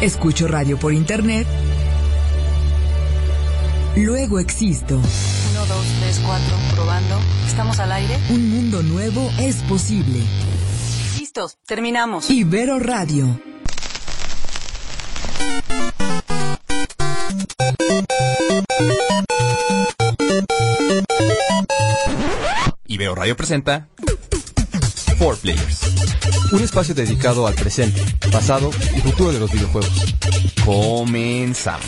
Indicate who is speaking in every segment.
Speaker 1: Escucho radio por internet. Luego existo.
Speaker 2: 1, 2, 3, 4, probando. ¿Estamos al aire?
Speaker 1: Un mundo nuevo es posible.
Speaker 2: Listos, terminamos.
Speaker 1: Ibero Radio.
Speaker 3: Ibero Radio presenta Four Players,
Speaker 4: Un espacio dedicado al presente, pasado y futuro de los videojuegos.
Speaker 3: Comenzamos.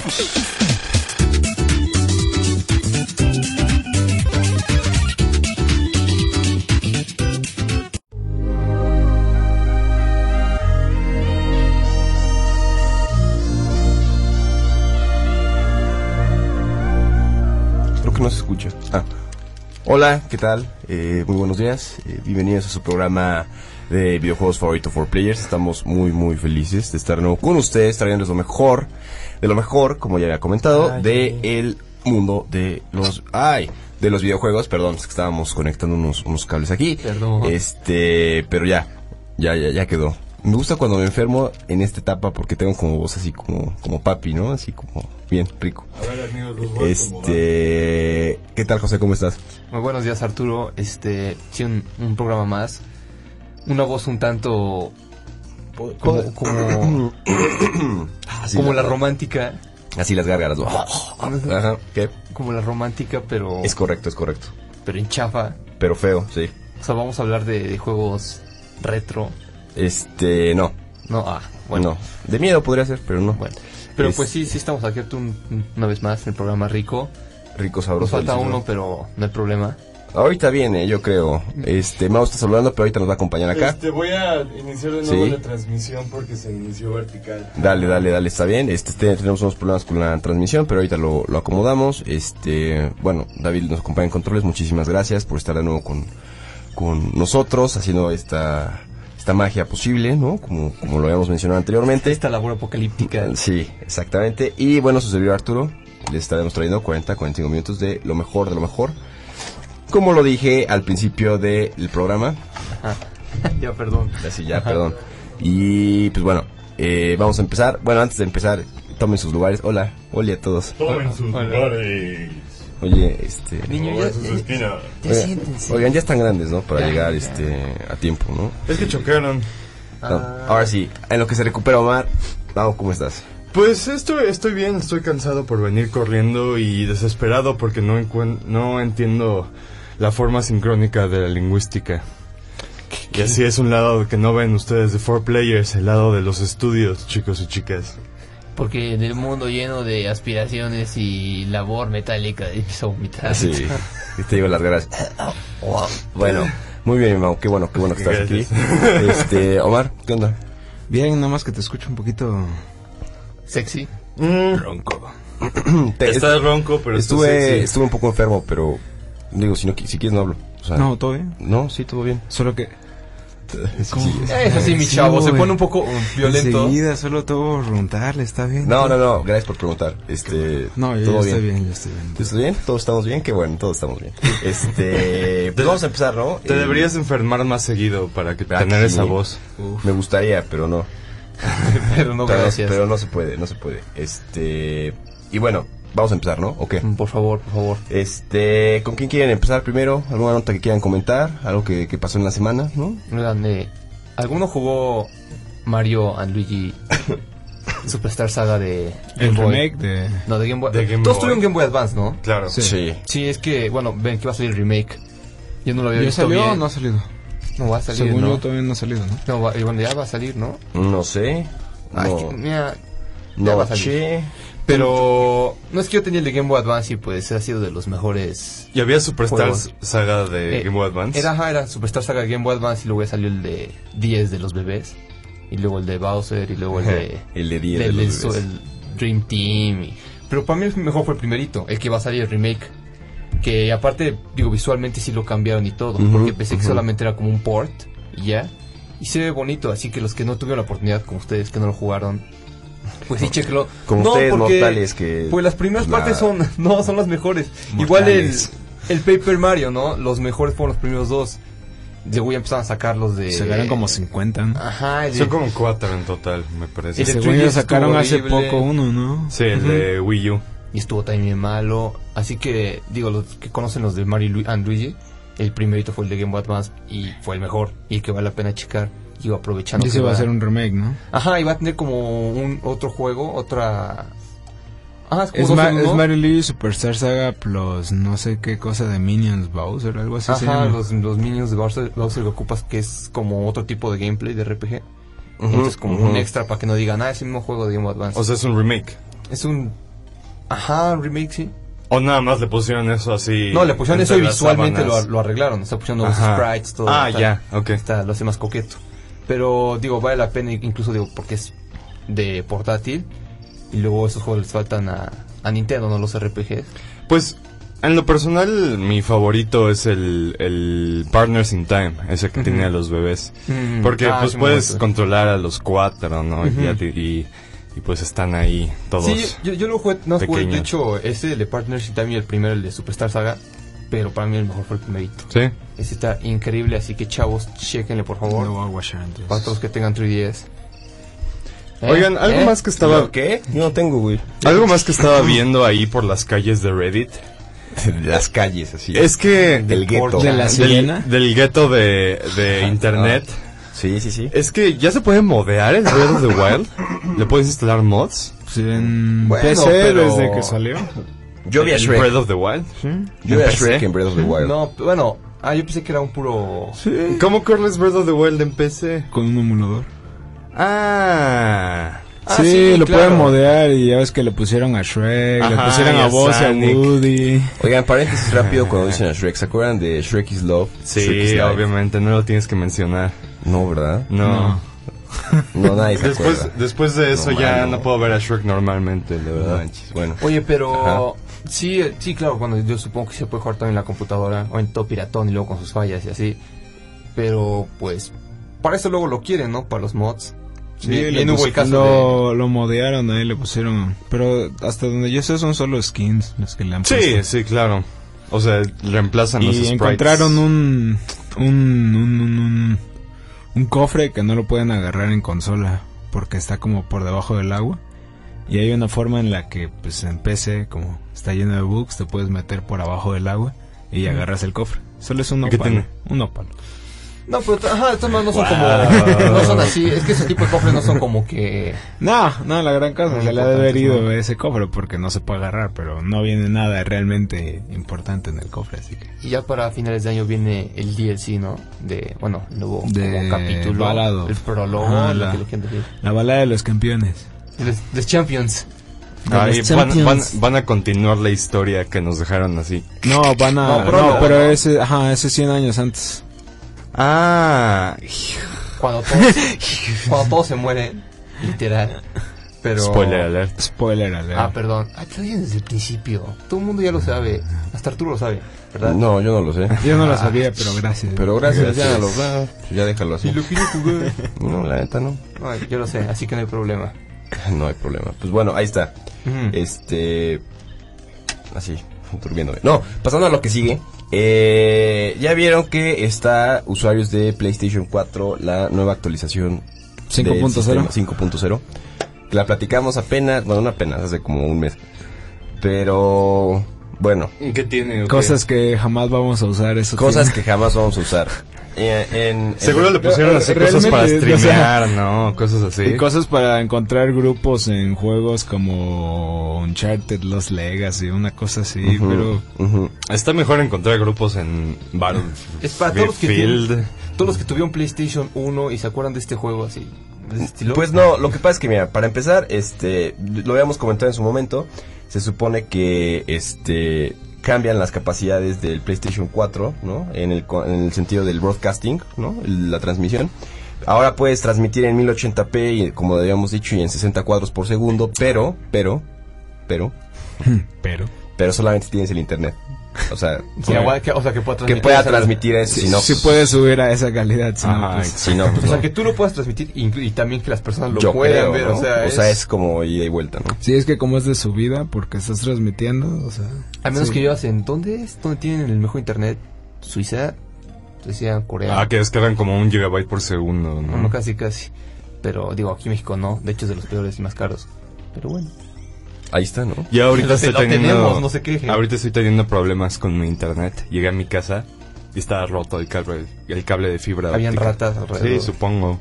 Speaker 5: Creo que no se escucha. Ah. Hola, ¿qué tal? Eh, muy buenos días. Eh, bienvenidos a su programa de videojuegos favorito for players. Estamos muy, muy felices de estar de nuevo con ustedes, trayéndoles lo mejor, de lo mejor, como ya había comentado,
Speaker 4: Ay,
Speaker 5: de el mundo de los... ¡Ay! De los videojuegos, perdón, es que estábamos conectando unos, unos cables aquí.
Speaker 4: Perdón.
Speaker 5: Este, pero ya, ya, ya, ya quedó. Me gusta cuando me enfermo en esta etapa porque tengo como voz así como, como papi, ¿no? Así como bien rico. Este, ¿qué tal José? ¿Cómo estás?
Speaker 4: Muy buenos días Arturo, este, sí, un, un programa más. Una voz un tanto como, como,
Speaker 5: Así
Speaker 4: como la
Speaker 5: la-
Speaker 4: romántica,
Speaker 5: Así las gárgaras. ¿no? Ajá. ¿Qué?
Speaker 4: como la romántica pero,
Speaker 5: Es correcto, es correcto.
Speaker 4: pero en chafa.
Speaker 5: Pero feo, sí.
Speaker 4: O sea, vamos a hablar de, de juegos retro.
Speaker 5: Este, no.
Speaker 4: No, ah, bueno.
Speaker 5: Bueno, de miedo podría ser, pero no.
Speaker 4: Bueno. Pero
Speaker 5: Es-
Speaker 4: pues sí, sí estamos aquí Arturo, un- una vez más en el programa rico.
Speaker 5: Rico,
Speaker 4: Nos
Speaker 5: sabroso.
Speaker 4: falta
Speaker 5: delicioso.
Speaker 4: uno, pero no hay problema.
Speaker 5: Ahorita viene, yo creo. Este, Mau está saludando, pero ahorita nos va a acompañar acá.
Speaker 6: Este, voy a iniciar de nuevo
Speaker 5: Sí.
Speaker 6: la transmisión porque se inició vertical.
Speaker 5: Dale, dale, dale, está bien. Este, este, tenemos unos problemas con la transmisión, pero ahorita lo, lo acomodamos. Este, bueno, David nos acompaña en controles. Muchísimas gracias por estar de nuevo con, con nosotros, haciendo esta, esta magia posible, ¿no? Como, como lo habíamos mencionado anteriormente.
Speaker 4: Esta labor apocalíptica.
Speaker 5: Sí, exactamente. Y bueno, su servidor Arturo, le estaremos trayendo 40, 45 minutos de lo mejor de lo mejor. Como lo dije al principio del programa,
Speaker 4: ya, perdón.
Speaker 5: Así ya, perdón. Y pues bueno, eh, vamos a empezar. Bueno, antes de empezar, tomen sus lugares. Hola, hola a todos.
Speaker 6: Tomen sus
Speaker 4: Hola.
Speaker 6: lugares.
Speaker 5: Oye, este.
Speaker 4: Niño,
Speaker 6: Tomen
Speaker 4: ya,
Speaker 6: sus esquinas.
Speaker 5: oigan- Oigan, ya están grandes, ¿no? Para llegar este a tiempo, ¿no?
Speaker 6: Es que chocaron.
Speaker 5: No, Ahora sí, en lo que se recupera Omar, vamos, ¿cómo estás?
Speaker 6: Pues estoy, estoy bien, estoy cansado por venir corriendo y desesperado porque no, encuen- no entiendo la forma sincrónica de la lingüística. Y así es un lado que no ven ustedes de Four Players, el lado de los estudios, chicos y chicas.
Speaker 7: Porque en el mundo lleno de aspiraciones y labor metálica empiezo a vomitar.
Speaker 5: Así, te digo las gracias. Bueno, muy bien, Mau, qué bueno, qué bueno que estás aquí. Este, Omar, ¿qué onda?
Speaker 8: Bien, nada más que te escucho un poquito.
Speaker 7: Sexy.
Speaker 8: Ronco.
Speaker 5: Te-
Speaker 6: Estás ronco, pero
Speaker 5: estuve, estuve un poco enfermo, pero digo, si, no, qui- si quieres no hablo. O sea,
Speaker 8: No, todo bien.
Speaker 5: no, sí, todo bien.
Speaker 8: Solo que.
Speaker 4: Eh, Eso sí, mi
Speaker 8: Sí,
Speaker 4: chavo, se
Speaker 8: güey.
Speaker 4: pone un poco um, violento.
Speaker 8: Enseguida, solo te voy a preguntarle, está bien.
Speaker 5: No, no, no, gracias por preguntar. Este,
Speaker 8: No, yo,
Speaker 5: todo
Speaker 8: yo estoy bien, yo estoy
Speaker 5: ¿Tú
Speaker 8: bien.
Speaker 5: estás bien? ¿Todos estamos bien? Qué bueno, todos estamos bien. Este, pues vamos a empezar, ¿no?
Speaker 6: Te
Speaker 5: Eh,
Speaker 6: deberías enfermar más seguido para que
Speaker 5: Ah,
Speaker 6: tener
Speaker 5: sí.
Speaker 6: esa voz.
Speaker 5: Me gustaría, pero no.
Speaker 4: Pero no,
Speaker 5: pero,
Speaker 4: gracias.
Speaker 5: pero no se puede, no se puede. Este, y bueno, vamos a empezar, ¿no? ¿O qué?
Speaker 4: Mm, Por favor, por favor.
Speaker 5: Este, ¿con quién quieren empezar primero? ¿Alguna nota que quieran comentar? ¿Algo que, que pasó en la semana, no?
Speaker 4: Oigan, eh, ¿Alguno jugó Mario and Luigi Superstar Saga de
Speaker 8: El
Speaker 4: Game Boy?
Speaker 8: remake de.
Speaker 4: No, de Game Boy.
Speaker 6: De Game
Speaker 4: Todos
Speaker 6: Boy.
Speaker 4: tuvieron Game Boy Advance, ¿no?
Speaker 6: Claro.
Speaker 8: Sí.
Speaker 4: Sí, es que, bueno, ven que va a salir el remake. Yo no lo había
Speaker 8: ¿Ya
Speaker 4: visto
Speaker 8: salió o
Speaker 4: bien.
Speaker 8: no ha salido?
Speaker 4: No va a salir,
Speaker 8: Según
Speaker 4: ¿no?
Speaker 8: yo, todavía no ha salido, ¿no?
Speaker 4: No, va- y bueno, ya va a salir, ¿no?
Speaker 5: No sé.
Speaker 4: Ay,
Speaker 5: No,
Speaker 4: que- mira, ya va a salir.
Speaker 5: noche.
Speaker 4: Pero no es que yo tenía el de Game Boy Advance y pues ha sido de los mejores.
Speaker 6: ¿Y había Superstar
Speaker 4: Juegos.
Speaker 6: Saga de
Speaker 4: Eh,
Speaker 6: Game Boy Advance?
Speaker 4: Era, ajá, era Superstar Saga de Game Boy Advance y luego ya salió el de 10 de los bebés. Y luego el de Bowser y luego el de...
Speaker 5: El de 10 de
Speaker 4: el,
Speaker 5: los
Speaker 4: el-
Speaker 5: bebés.
Speaker 4: el Dream Team. y- pero para mí el mejor fue el primerito, el que va a salir el remake. Que aparte, digo, visualmente sí lo cambiaron y todo.
Speaker 5: Ujú,
Speaker 4: porque pensé que
Speaker 5: ujú.
Speaker 4: solamente era como un port y ya. Y se ve bonito, así que los que no tuvieron la oportunidad, como ustedes que no lo jugaron, pues sí, chequenlo.
Speaker 5: Como
Speaker 4: no,
Speaker 5: ustedes
Speaker 4: porque-
Speaker 5: mortales que...
Speaker 4: pues las primeras
Speaker 5: la-
Speaker 4: partes son, no, son las mejores.
Speaker 5: Mortales.
Speaker 4: Igual el, el Paper Mario, ¿no? Los mejores fueron los primeros dos. Luego ya empezaron a sacarlos de.
Speaker 8: Se ganan como 50.
Speaker 4: Ajá, el de-
Speaker 6: Son como cuatro en total, me parece.
Speaker 4: Y de-
Speaker 8: Según
Speaker 4: Twitch
Speaker 8: ya
Speaker 4: estuvo
Speaker 8: sacaron hace
Speaker 4: horrible.
Speaker 8: poco uno, ¿no?
Speaker 6: Sí, el de Wii U.
Speaker 4: Y estuvo también bien malo. Así que, digo, los que conocen los de Mario y Lu- and Luigi, el primerito fue el de Game Boy Advance y fue el mejor y el que vale la pena checar. Y aprovechando.
Speaker 8: Y
Speaker 4: que
Speaker 8: se va a hacer un remake, ¿no?
Speaker 4: Ajá, y va a tener como un otro juego, otra. Ajá, como
Speaker 8: Es,
Speaker 4: dos
Speaker 8: Ma-
Speaker 4: en uno.
Speaker 8: es Mario Luigi Superstar Saga Plus no sé qué cosa de Minions Bowser, algo así se
Speaker 4: Ajá,
Speaker 8: llama.
Speaker 4: los, los minions de Bowser, Bowser que ocupas, que es como otro tipo de gameplay de RPG. Entonces, como un extra para que no digan, ah, es el mismo juego de Game Boy Advance.
Speaker 6: O sea, es un remake.
Speaker 4: es un. Ajá, remake, sí.
Speaker 6: O nada más le pusieron eso así.
Speaker 4: No, le pusieron eso
Speaker 6: entre
Speaker 4: y
Speaker 6: las
Speaker 4: visualmente lo,
Speaker 6: sábanas.
Speaker 4: lo arreglaron. O sea, pusieron nuevos
Speaker 6: Ajá.
Speaker 4: sprites, todo.
Speaker 6: Ah,
Speaker 4: está-
Speaker 6: ya, ok.
Speaker 4: está- lo hace más coqueto. Pero, digo, vale la pena, incluso digo, porque es de portátil. Y luego esos juegos les faltan a, a Nintendo, no los RPGs.
Speaker 6: Pues, en lo personal, mi favorito es el, el Partners in Time, ese que tiene a los bebés.
Speaker 4: Mm.
Speaker 6: Porque
Speaker 4: Ah,
Speaker 6: pues
Speaker 4: sí me
Speaker 6: puedes
Speaker 4: gusta.
Speaker 6: controlar a los cuatro, ¿no? Y ya te- y, y, pues están ahí todos.
Speaker 4: Sí, yo, yo lo jugué, no jugué, de
Speaker 6: pequeños.
Speaker 4: hecho, ese el de Partners in Time y el primero, el de Superstar Saga. Pero para mí el mejor fue el primerito.
Speaker 6: Sí.
Speaker 4: Ese está increíble, así que chavos, chequenle por favor.
Speaker 8: Lo voy a guachar antes.
Speaker 4: Para todos los que tengan 3DS. ¿Eh?
Speaker 6: Oigan, algo
Speaker 4: ¿Eh?
Speaker 6: más que estaba
Speaker 5: ¿Qué? Yo no tengo, güey.
Speaker 6: algo más que estaba viendo ahí por las calles de Reddit
Speaker 5: Las calles, así.
Speaker 6: es que
Speaker 5: Del gueto. Ah,
Speaker 8: ¿De la sirena?
Speaker 6: del, del gueto de, de internet
Speaker 5: Sí, sí, sí.
Speaker 6: es que ya se puede modear el Breath of the Wild. Le puedes instalar mods.
Speaker 8: Sí, en
Speaker 5: Bueno,
Speaker 8: PC
Speaker 5: pero-
Speaker 8: desde que salió.
Speaker 5: Yo vi a
Speaker 6: El
Speaker 5: Shrek.
Speaker 6: Breath of the Wild.
Speaker 5: Yo vi a
Speaker 6: Empecé.
Speaker 5: Shrek en Breath of the Wild.
Speaker 4: No, p- bueno, ah, yo pensé que era un puro.
Speaker 6: ¿Cómo corres Breath of the Wild en PC?
Speaker 8: Con un emulador.
Speaker 6: Ah.
Speaker 4: Ah,
Speaker 8: sí,
Speaker 4: sí,
Speaker 8: lo
Speaker 4: claro.
Speaker 8: pueden modear y ya ves que le pusieron a Shrek,
Speaker 6: Ajá,
Speaker 8: le pusieron
Speaker 6: y
Speaker 8: a
Speaker 6: a
Speaker 8: vos y a
Speaker 6: Sonic.
Speaker 8: Woody.
Speaker 5: Oigan, paréntesis rápido cuando dicen a Shrek. ¿Se acuerdan de Shrek is Love? Shrek is
Speaker 6: Sí,
Speaker 5: Life.
Speaker 6: obviamente, no lo tienes que mencionar.
Speaker 5: No, ¿verdad?
Speaker 6: no.
Speaker 5: No, nadie se
Speaker 6: Después,
Speaker 5: acuerda.
Speaker 6: después de eso
Speaker 5: No,
Speaker 6: ya
Speaker 5: mano.
Speaker 6: no puedo ver a Shrek normalmente, la
Speaker 5: No
Speaker 6: verdad.
Speaker 5: manches, Bueno.
Speaker 4: Oye, pero.
Speaker 5: Ajá.
Speaker 4: Sí, eh, sí, claro, cuando yo supongo que se puede jugar también en la computadora o en todo piratón y luego con sus fallas y así. Pero, pues. Para eso luego lo quieren, ¿no? Para los mods.
Speaker 8: le
Speaker 4: bien, bien hubo
Speaker 8: pus-
Speaker 4: el caso de.
Speaker 8: lo, lo modearon ahí, le pusieron. Pero hasta donde yo sé son solo skins los que le han
Speaker 6: Sí,
Speaker 8: puesto.
Speaker 6: sí, claro. O sea, reemplazan los
Speaker 8: Y
Speaker 6: sprites.
Speaker 8: encontraron un un, un, un, un- un cofre que no lo pueden agarrar en consola porque está como por debajo del agua. Y hay una forma en la que pues en PC, como está lleno de bugs, te puedes meter por abajo del agua y agarras el cofre. Solo es un
Speaker 6: ¿Qué
Speaker 8: opal.
Speaker 6: tiene?
Speaker 8: Un opal.
Speaker 4: No, pero. t- Ajá, de todas maneras no son como. No son así. Es que ese tipo de cofres no son como que.
Speaker 8: No, no, la gran cosa.
Speaker 4: No
Speaker 8: se le ha de
Speaker 4: importantes,
Speaker 8: haber ido
Speaker 4: ¿no?
Speaker 8: ese cofre porque no se puede agarrar, pero no viene nada realmente importante en el cofre, así que.
Speaker 4: Y ya para finales de año viene el DLC, ¿no? De, bueno, el nuevo
Speaker 8: De
Speaker 4: como capítulo.
Speaker 8: Balado.
Speaker 4: El prólogo,
Speaker 8: Ah,
Speaker 4: lo
Speaker 8: la-
Speaker 4: que le quieran decir.
Speaker 8: La balada de los campeones.
Speaker 4: De los- de Champions.
Speaker 6: Ah,
Speaker 8: De
Speaker 6: y
Speaker 8: los
Speaker 6: van, van,
Speaker 8: Champions.
Speaker 6: van a continuar la historia que nos dejaron así.
Speaker 8: No, van a.
Speaker 4: No,
Speaker 8: No,
Speaker 4: pero no.
Speaker 8: pero ese, ajá, ese 100 años antes.
Speaker 6: Ah,
Speaker 4: Cuando todos, cuando todos se mueren, literal. Pero.
Speaker 6: spoiler alert.
Speaker 8: Spoiler alert.
Speaker 4: Ah, perdón. Ah, te lo dije desde el principio. Todo el mundo ya lo sabe. Hasta Arturo lo sabe, ¿verdad?
Speaker 5: No, yo no lo sé.
Speaker 8: Yo no lo sabía, pero gracias.
Speaker 5: Ah. Pero gracias, ya, lo, ya, ya déjalo así.
Speaker 4: quiero jugar.
Speaker 5: No, la neta no.
Speaker 4: No, yo lo sé, así que no hay problema.
Speaker 5: No hay problema. Pues bueno, ahí está.
Speaker 4: Ujú.
Speaker 5: Este. Así, durmiéndome. No, pasando a lo que sigue. eh, ya vieron que está, usuarios de PlayStation 4, la nueva actualización. del
Speaker 8: 5.0.
Speaker 5: sistema 5.0. Que la platicamos apenas, bueno, no apenas, hace como un mes. Pero. Bueno,
Speaker 6: ¿Qué tiene?
Speaker 8: Cosas que jamás vamos a usar. Eso
Speaker 5: cosas que jamás vamos a usar. Eh, en-
Speaker 6: Seguro
Speaker 5: en-
Speaker 6: le pusieron así cosas
Speaker 8: Realmente,
Speaker 6: para
Speaker 8: o sea-
Speaker 6: streamear, ¿no? Cosas así.
Speaker 8: Y cosas para encontrar grupos en juegos como Uncharted, Los Legacy, una cosa así, pero
Speaker 5: Ujú.
Speaker 6: Está mejor encontrar grupos en Battlefield.
Speaker 4: Es para todos los que tienen- Todos los que tuvieron PlayStation 1 y se acuerdan de este juego así. de ese estilo.
Speaker 5: Pues no, lo que pasa es que, mira, para empezar, este, lo habíamos comentado en su momento, se supone que, este, cambian las capacidades del PlayStation 4, ¿no? En el, co- en el sentido del broadcasting, ¿no? El- La transmisión. Ahora puedes transmitir en 1080p, y, como habíamos dicho, y en 60 cuadros por segundo, pero, pero, pero,
Speaker 8: pero
Speaker 5: pero solamente tienes el internet. O sea,
Speaker 4: Que agua- que- o sea, que pueda
Speaker 5: que
Speaker 4: transmitir.
Speaker 5: pueda
Speaker 4: o sea,
Speaker 5: transmitir eso, si
Speaker 8: si
Speaker 5: no, pues,
Speaker 8: puedes subir a esa calidad, si no,
Speaker 6: Ajá,
Speaker 8: pues,
Speaker 5: si no, pues
Speaker 4: O sea,
Speaker 5: no.
Speaker 4: que tú lo puedas transmitir y, inclu- y también que las personas lo
Speaker 5: Yo
Speaker 4: puedan
Speaker 5: creo,
Speaker 4: ver.
Speaker 5: ¿no?
Speaker 4: O sea,
Speaker 5: es... como ida y vuelta, ¿no?
Speaker 8: Sí, es que como es de subida, porque estás transmitiendo, o sea...
Speaker 4: A menos
Speaker 8: sí.
Speaker 4: que llevas en. ¿Dónde es? ¿Dónde tienen el mejor internet? ¿Suiza? decía coreano.
Speaker 6: Ah, que descargan como un gigabyte por segundo, ¿no?
Speaker 4: Bueno, casi, casi. Pero digo, aquí en México no. De hecho, es de los peores y más caros. Pero bueno.
Speaker 5: Ahí está, ¿no?
Speaker 6: Y ahorita
Speaker 4: Lo
Speaker 6: estoy
Speaker 4: te- lo
Speaker 6: teniendo.
Speaker 4: tenemos, no se quejen.
Speaker 6: Ahorita estoy teniendo problemas con mi internet. Llegué a mi casa y estaba roto el cable, el cable de fibra.
Speaker 4: Habían
Speaker 6: óptica.
Speaker 4: ratas alrededor.
Speaker 6: Sí, supongo.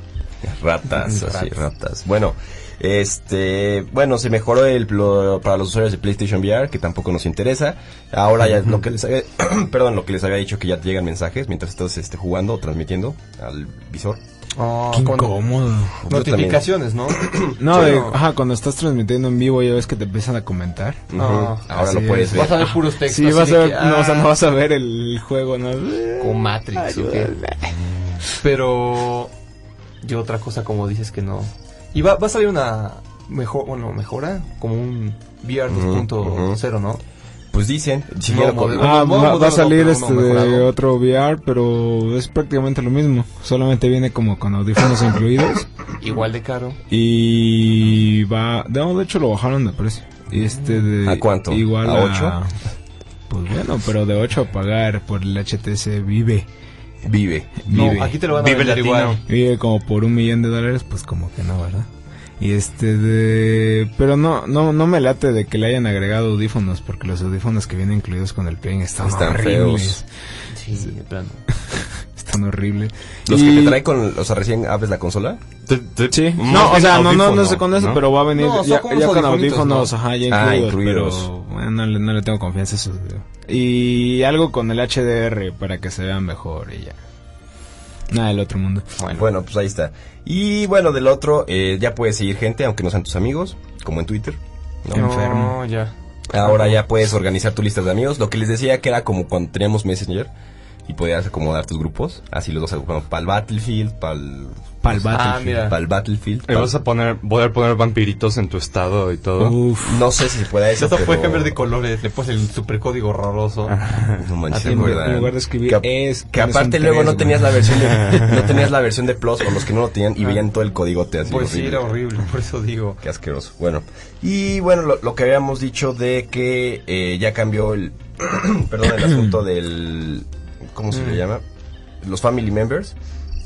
Speaker 5: Ratas,
Speaker 4: Ratas.
Speaker 5: así, ratas. Bueno, este, bueno, se mejoró el plo- para los usuarios de PlayStation VR, que tampoco nos interesa. Ahora ya lo que les había, perdón, lo que les había dicho que ya te llegan mensajes mientras estás este, jugando o transmitiendo al visor.
Speaker 4: Ah,
Speaker 8: Qué
Speaker 4: cuando-
Speaker 8: incómodo.
Speaker 4: Notificaciones, ¿no?
Speaker 8: No,
Speaker 4: Sí,
Speaker 8: de-
Speaker 4: no.
Speaker 8: ajá, cuando estás transmitiendo en vivo ya ves que te empiezan a comentar.
Speaker 5: Ujú.
Speaker 4: Ah,
Speaker 5: Ahora
Speaker 8: así
Speaker 5: lo puedes
Speaker 8: es.
Speaker 5: ver.
Speaker 4: Vas a ver puros textos.
Speaker 8: Sí,
Speaker 4: así
Speaker 8: vas
Speaker 4: de
Speaker 8: a ver,
Speaker 4: que,
Speaker 8: no, o sea,
Speaker 4: ah,
Speaker 8: no vas a ver el juego, ¿no? Ah,
Speaker 4: con Matrix, ¿o qué? Pero yo otra cosa como dices que no. Y va, va a salir una mejor, bueno, mejora, como un VR 2.0, ¿no?
Speaker 5: Pues dicen, si
Speaker 4: No,
Speaker 5: quiero
Speaker 4: modelo.
Speaker 5: con-
Speaker 8: Ah,
Speaker 4: Bueno,
Speaker 8: va,
Speaker 4: no,
Speaker 8: va a
Speaker 4: no,
Speaker 8: salir
Speaker 4: no,
Speaker 8: este
Speaker 4: no,
Speaker 8: de
Speaker 4: mejorado.
Speaker 8: otro VR, pero es prácticamente lo mismo. Solamente viene como con audífonos incluidos.
Speaker 4: Igual de caro.
Speaker 8: Y va. No, de hecho lo bajaron de precio. Y este de.
Speaker 5: ¿A cuánto?
Speaker 8: Igual
Speaker 5: ¿A
Speaker 8: a,
Speaker 5: ocho?
Speaker 8: Pues bueno, pero de 8 a pagar por el HTC Vive.
Speaker 5: vive.
Speaker 8: Vive.
Speaker 4: No, aquí te lo van a
Speaker 6: Vive
Speaker 4: vender
Speaker 6: Latino.
Speaker 4: igual.
Speaker 8: Vive como por un millón de dólares, pues como que no, ¿verdad? Y este de. Pero no, no, no me late de que le hayan agregado audífonos, porque los audífonos que vienen incluidos con el play están,
Speaker 5: Están
Speaker 8: horribles.
Speaker 5: feos.
Speaker 4: Sí, de plano.
Speaker 8: Están horribles.
Speaker 5: Los
Speaker 8: Y-
Speaker 5: que te trae con, o sea, recién abres la consola.
Speaker 6: Te- te-
Speaker 8: Sí,
Speaker 6: más
Speaker 8: no, o
Speaker 6: bien
Speaker 8: sea, no, no, no
Speaker 6: audífono,
Speaker 8: sé con eso,
Speaker 6: ¿no?
Speaker 8: pero va a venir
Speaker 4: No, son
Speaker 8: ya,
Speaker 4: como
Speaker 8: ya con
Speaker 4: audifonitos,
Speaker 8: audífonos,
Speaker 4: ¿no?
Speaker 8: ajá, ya incluidos,
Speaker 5: Ah,
Speaker 8: pero
Speaker 5: incluidos.
Speaker 8: bueno, no, le- no le tengo confianza a eso. Y algo con el HDR para que se vea mejor y ya. Nada del otro mundo.
Speaker 5: Bueno. pues ahí está. Y bueno, del otro, eh, ya puedes seguir gente, aunque no sean tus amigos, como en Twitter. ¿no?
Speaker 8: Enfermo.
Speaker 4: No, ya.
Speaker 5: Ahora ya puedes organizar tu lista de amigos. Lo que les decía que era como cuando teníamos Messenger y podías acomodar tus grupos. Así los vas agrupando para el Battlefield, para el,
Speaker 8: Pa'l Battlefield.
Speaker 4: Ah, mira.
Speaker 5: Battlefield.
Speaker 6: Y
Speaker 5: pa'l-
Speaker 6: vas a poner, poder poner vampiritos en tu estado y todo.
Speaker 4: Uh.
Speaker 8: Uf.
Speaker 5: No sé si se puede eso.
Speaker 4: Eso
Speaker 5: pero-
Speaker 4: puede cambiar de colores. Le pones el supercódigo horroroso.
Speaker 5: No manches,
Speaker 8: Así en
Speaker 5: ¿se acuerdan?
Speaker 8: lugar de escribir
Speaker 5: que, ap-
Speaker 8: es,
Speaker 5: que
Speaker 8: pones
Speaker 5: aparte
Speaker 8: un
Speaker 5: luego
Speaker 8: tres,
Speaker 5: no
Speaker 8: güey. Ah.
Speaker 5: tenías la versión de, no tenías la versión de Plus o los que no lo tenían y veían todo el codigote así
Speaker 4: Pues sí,
Speaker 5: horrible.
Speaker 4: era horrible, por eso digo.
Speaker 5: Qué asqueroso. Bueno, y bueno, lo, lo que habíamos dicho de que eh, ya cambió el. perdón, el asunto del. ¿Cómo se
Speaker 8: Mm.
Speaker 5: le llama? Los family members.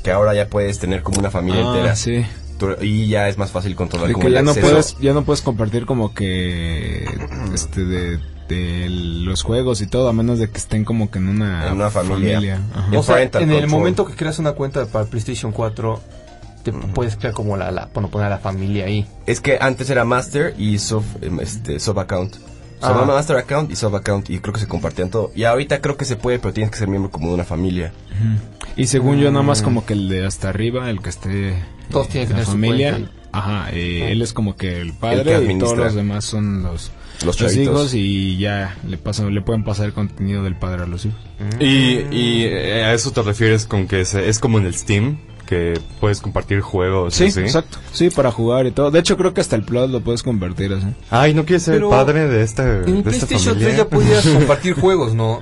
Speaker 5: Que ahora ya puedes tener como una familia
Speaker 8: Ah,
Speaker 5: entera.
Speaker 8: sí.
Speaker 5: Tú- Y ya es más fácil controlar
Speaker 8: De
Speaker 5: como
Speaker 8: que
Speaker 5: el
Speaker 8: ya no
Speaker 5: acceso.
Speaker 8: puedes, ya no puedes compartir como que este de, de los juegos y todo, a menos de que estén como que en una,
Speaker 5: En una familia.
Speaker 8: Ajá.
Speaker 5: Ya
Speaker 4: O sea, en
Speaker 5: Parental
Speaker 4: el
Speaker 5: control.
Speaker 4: momento que creas una cuenta para PlayStation 4, te puedes crear como la, la bueno, poner a la familia ahí.
Speaker 5: Es que antes era master y sub, em, este, sub account. O sea,
Speaker 4: Ah.
Speaker 5: master account y sub account. Y creo que se compartían todo. Y ahorita creo que se puede, pero tienes que ser miembro como de una familia.
Speaker 8: Y según yo, nada más como que el de hasta arriba, el que esté.
Speaker 4: Todos
Speaker 8: eh,
Speaker 4: tienen que
Speaker 8: la
Speaker 4: tener su
Speaker 8: familia.
Speaker 4: cuenta Ah.
Speaker 8: Ajá, eh, él es como que el
Speaker 5: El que
Speaker 8: padre y todos
Speaker 5: administra.
Speaker 8: los demás son los,
Speaker 5: Los chavitos.
Speaker 8: hijos y ya le pasan, le pueden pasar el contenido del padre a los hijos.
Speaker 6: Y, y, eh, a eso te refieres con que es, es como en el Steam, que puedes compartir juegos.
Speaker 8: Sí,
Speaker 6: Pues así.
Speaker 8: exacto. Sí, para jugar y todo. De hecho, creo que hasta el plus lo puedes convertir así.
Speaker 6: Ay, ¿no quieres ser
Speaker 4: Pero
Speaker 6: el padre de esta, de
Speaker 4: En
Speaker 6: esta
Speaker 4: PlayStation 3
Speaker 6: familia?
Speaker 4: ya podías compartir juegos, ¿no?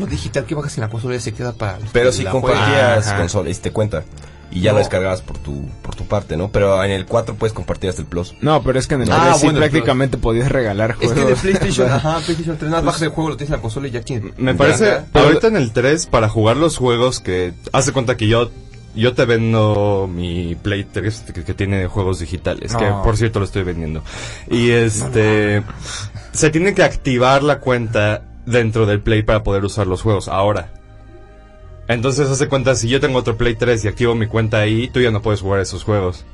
Speaker 4: Lo digital que bajas en la consola ya se queda para. los
Speaker 5: Pero
Speaker 4: que
Speaker 5: si
Speaker 4: la
Speaker 5: compartías
Speaker 6: Ajá.
Speaker 5: consola, y te cuenta. Y ya lo
Speaker 4: No.
Speaker 5: descargabas por tu, por tu parte, ¿no? Pero en el 4 puedes compartir hasta el Plus.
Speaker 8: No, pero es que en el
Speaker 4: Ah,
Speaker 8: 3 sí
Speaker 4: bueno, el
Speaker 8: prácticamente podías regalar
Speaker 4: juegan.
Speaker 8: juegos.
Speaker 4: Es que de PlayStation, ajá, PlayStation 3, nada más bajas el juego, lo tienes en la consola y ya tienes.
Speaker 6: Me
Speaker 4: ya,
Speaker 6: parece,
Speaker 4: ya.
Speaker 6: ahorita en el 3, para jugar los juegos que... Hace cuenta que yo, yo te vendo mi Play 3 que, que tiene juegos digitales, que
Speaker 4: No.
Speaker 6: por cierto lo estoy vendiendo. Y este... Se tiene que activar la cuenta dentro del Play para poder usar los juegos ahora. Entonces hace cuenta, si yo tengo otro Play 3 y activo mi cuenta ahí, tú ya no puedes jugar esos juegos.